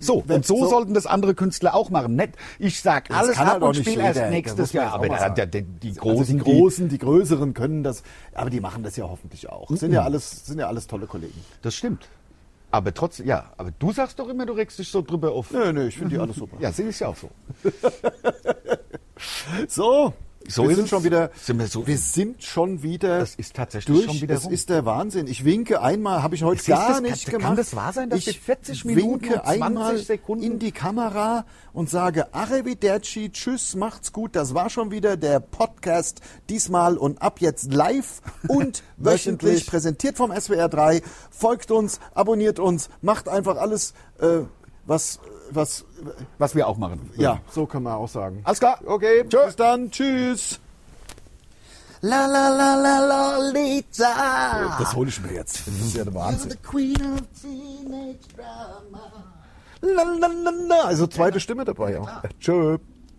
Speaker 1: so.
Speaker 2: Wenn-
Speaker 1: und so,
Speaker 2: so-
Speaker 1: sollten das andere Künstler auch machen. Nett, ich sag
Speaker 2: Das
Speaker 1: alles
Speaker 2: kann
Speaker 1: ab
Speaker 2: halt auch
Speaker 1: und
Speaker 2: nicht
Speaker 1: spiel
Speaker 2: jeder.
Speaker 1: erst
Speaker 2: Da
Speaker 1: nächstes
Speaker 2: muss man
Speaker 1: Jahr.
Speaker 2: jetzt auch
Speaker 1: Aber
Speaker 2: mal
Speaker 1: der,
Speaker 2: sagen.
Speaker 1: der, der, die
Speaker 2: also
Speaker 1: Großen,
Speaker 2: die Großen, die Größeren können das, aber die machen das ja hoffentlich auch. Sind ja alles, sind ja alles tolle Kollegen.
Speaker 1: die, das stimmt. Aber trotzdem, ja, aber du sagst doch immer, du regst dich so drüber auf.
Speaker 2: Nö, nö, ich finde die alle super.
Speaker 1: Ja, sehe ich ja auch so.
Speaker 2: So,
Speaker 1: So
Speaker 2: wir
Speaker 1: ist
Speaker 2: sind
Speaker 1: es.
Speaker 2: schon wieder,
Speaker 1: Sind wir so-
Speaker 2: sind schon wieder,
Speaker 1: Das ist tatsächlich
Speaker 2: durch.
Speaker 1: schon wieder
Speaker 2: Das
Speaker 1: rum.
Speaker 2: ist der Wahnsinn. Ich winke einmal, habe ich heute
Speaker 1: Siehst du,
Speaker 2: gar
Speaker 1: das kann-
Speaker 2: nicht
Speaker 1: kann
Speaker 2: gemacht.
Speaker 1: das wahr sein, dass wir
Speaker 2: ich
Speaker 1: 40 Minuten
Speaker 2: winke
Speaker 1: und 20
Speaker 2: einmal
Speaker 1: Sekunden-
Speaker 2: in die Kamera und sage Arrivederci, tschüss, macht's gut. Das war schon wieder der Podcast diesmal und ab jetzt live und wöchentlich
Speaker 1: Wöchentlich.
Speaker 2: präsentiert vom SWR 3. Folgt uns, abonniert uns, macht einfach alles, äh, was, was,
Speaker 1: Was wir auch machen.
Speaker 2: ja, so können wir auch sagen.
Speaker 1: Alles klar.
Speaker 2: Okay,
Speaker 1: Tschö.
Speaker 2: bis dann, tschüss. La la la la Lolita. Das hole ich mir jetzt. Das ist ja der Wahnsinn. La la la la. Also zweite Stimme dabei auch. Tschö.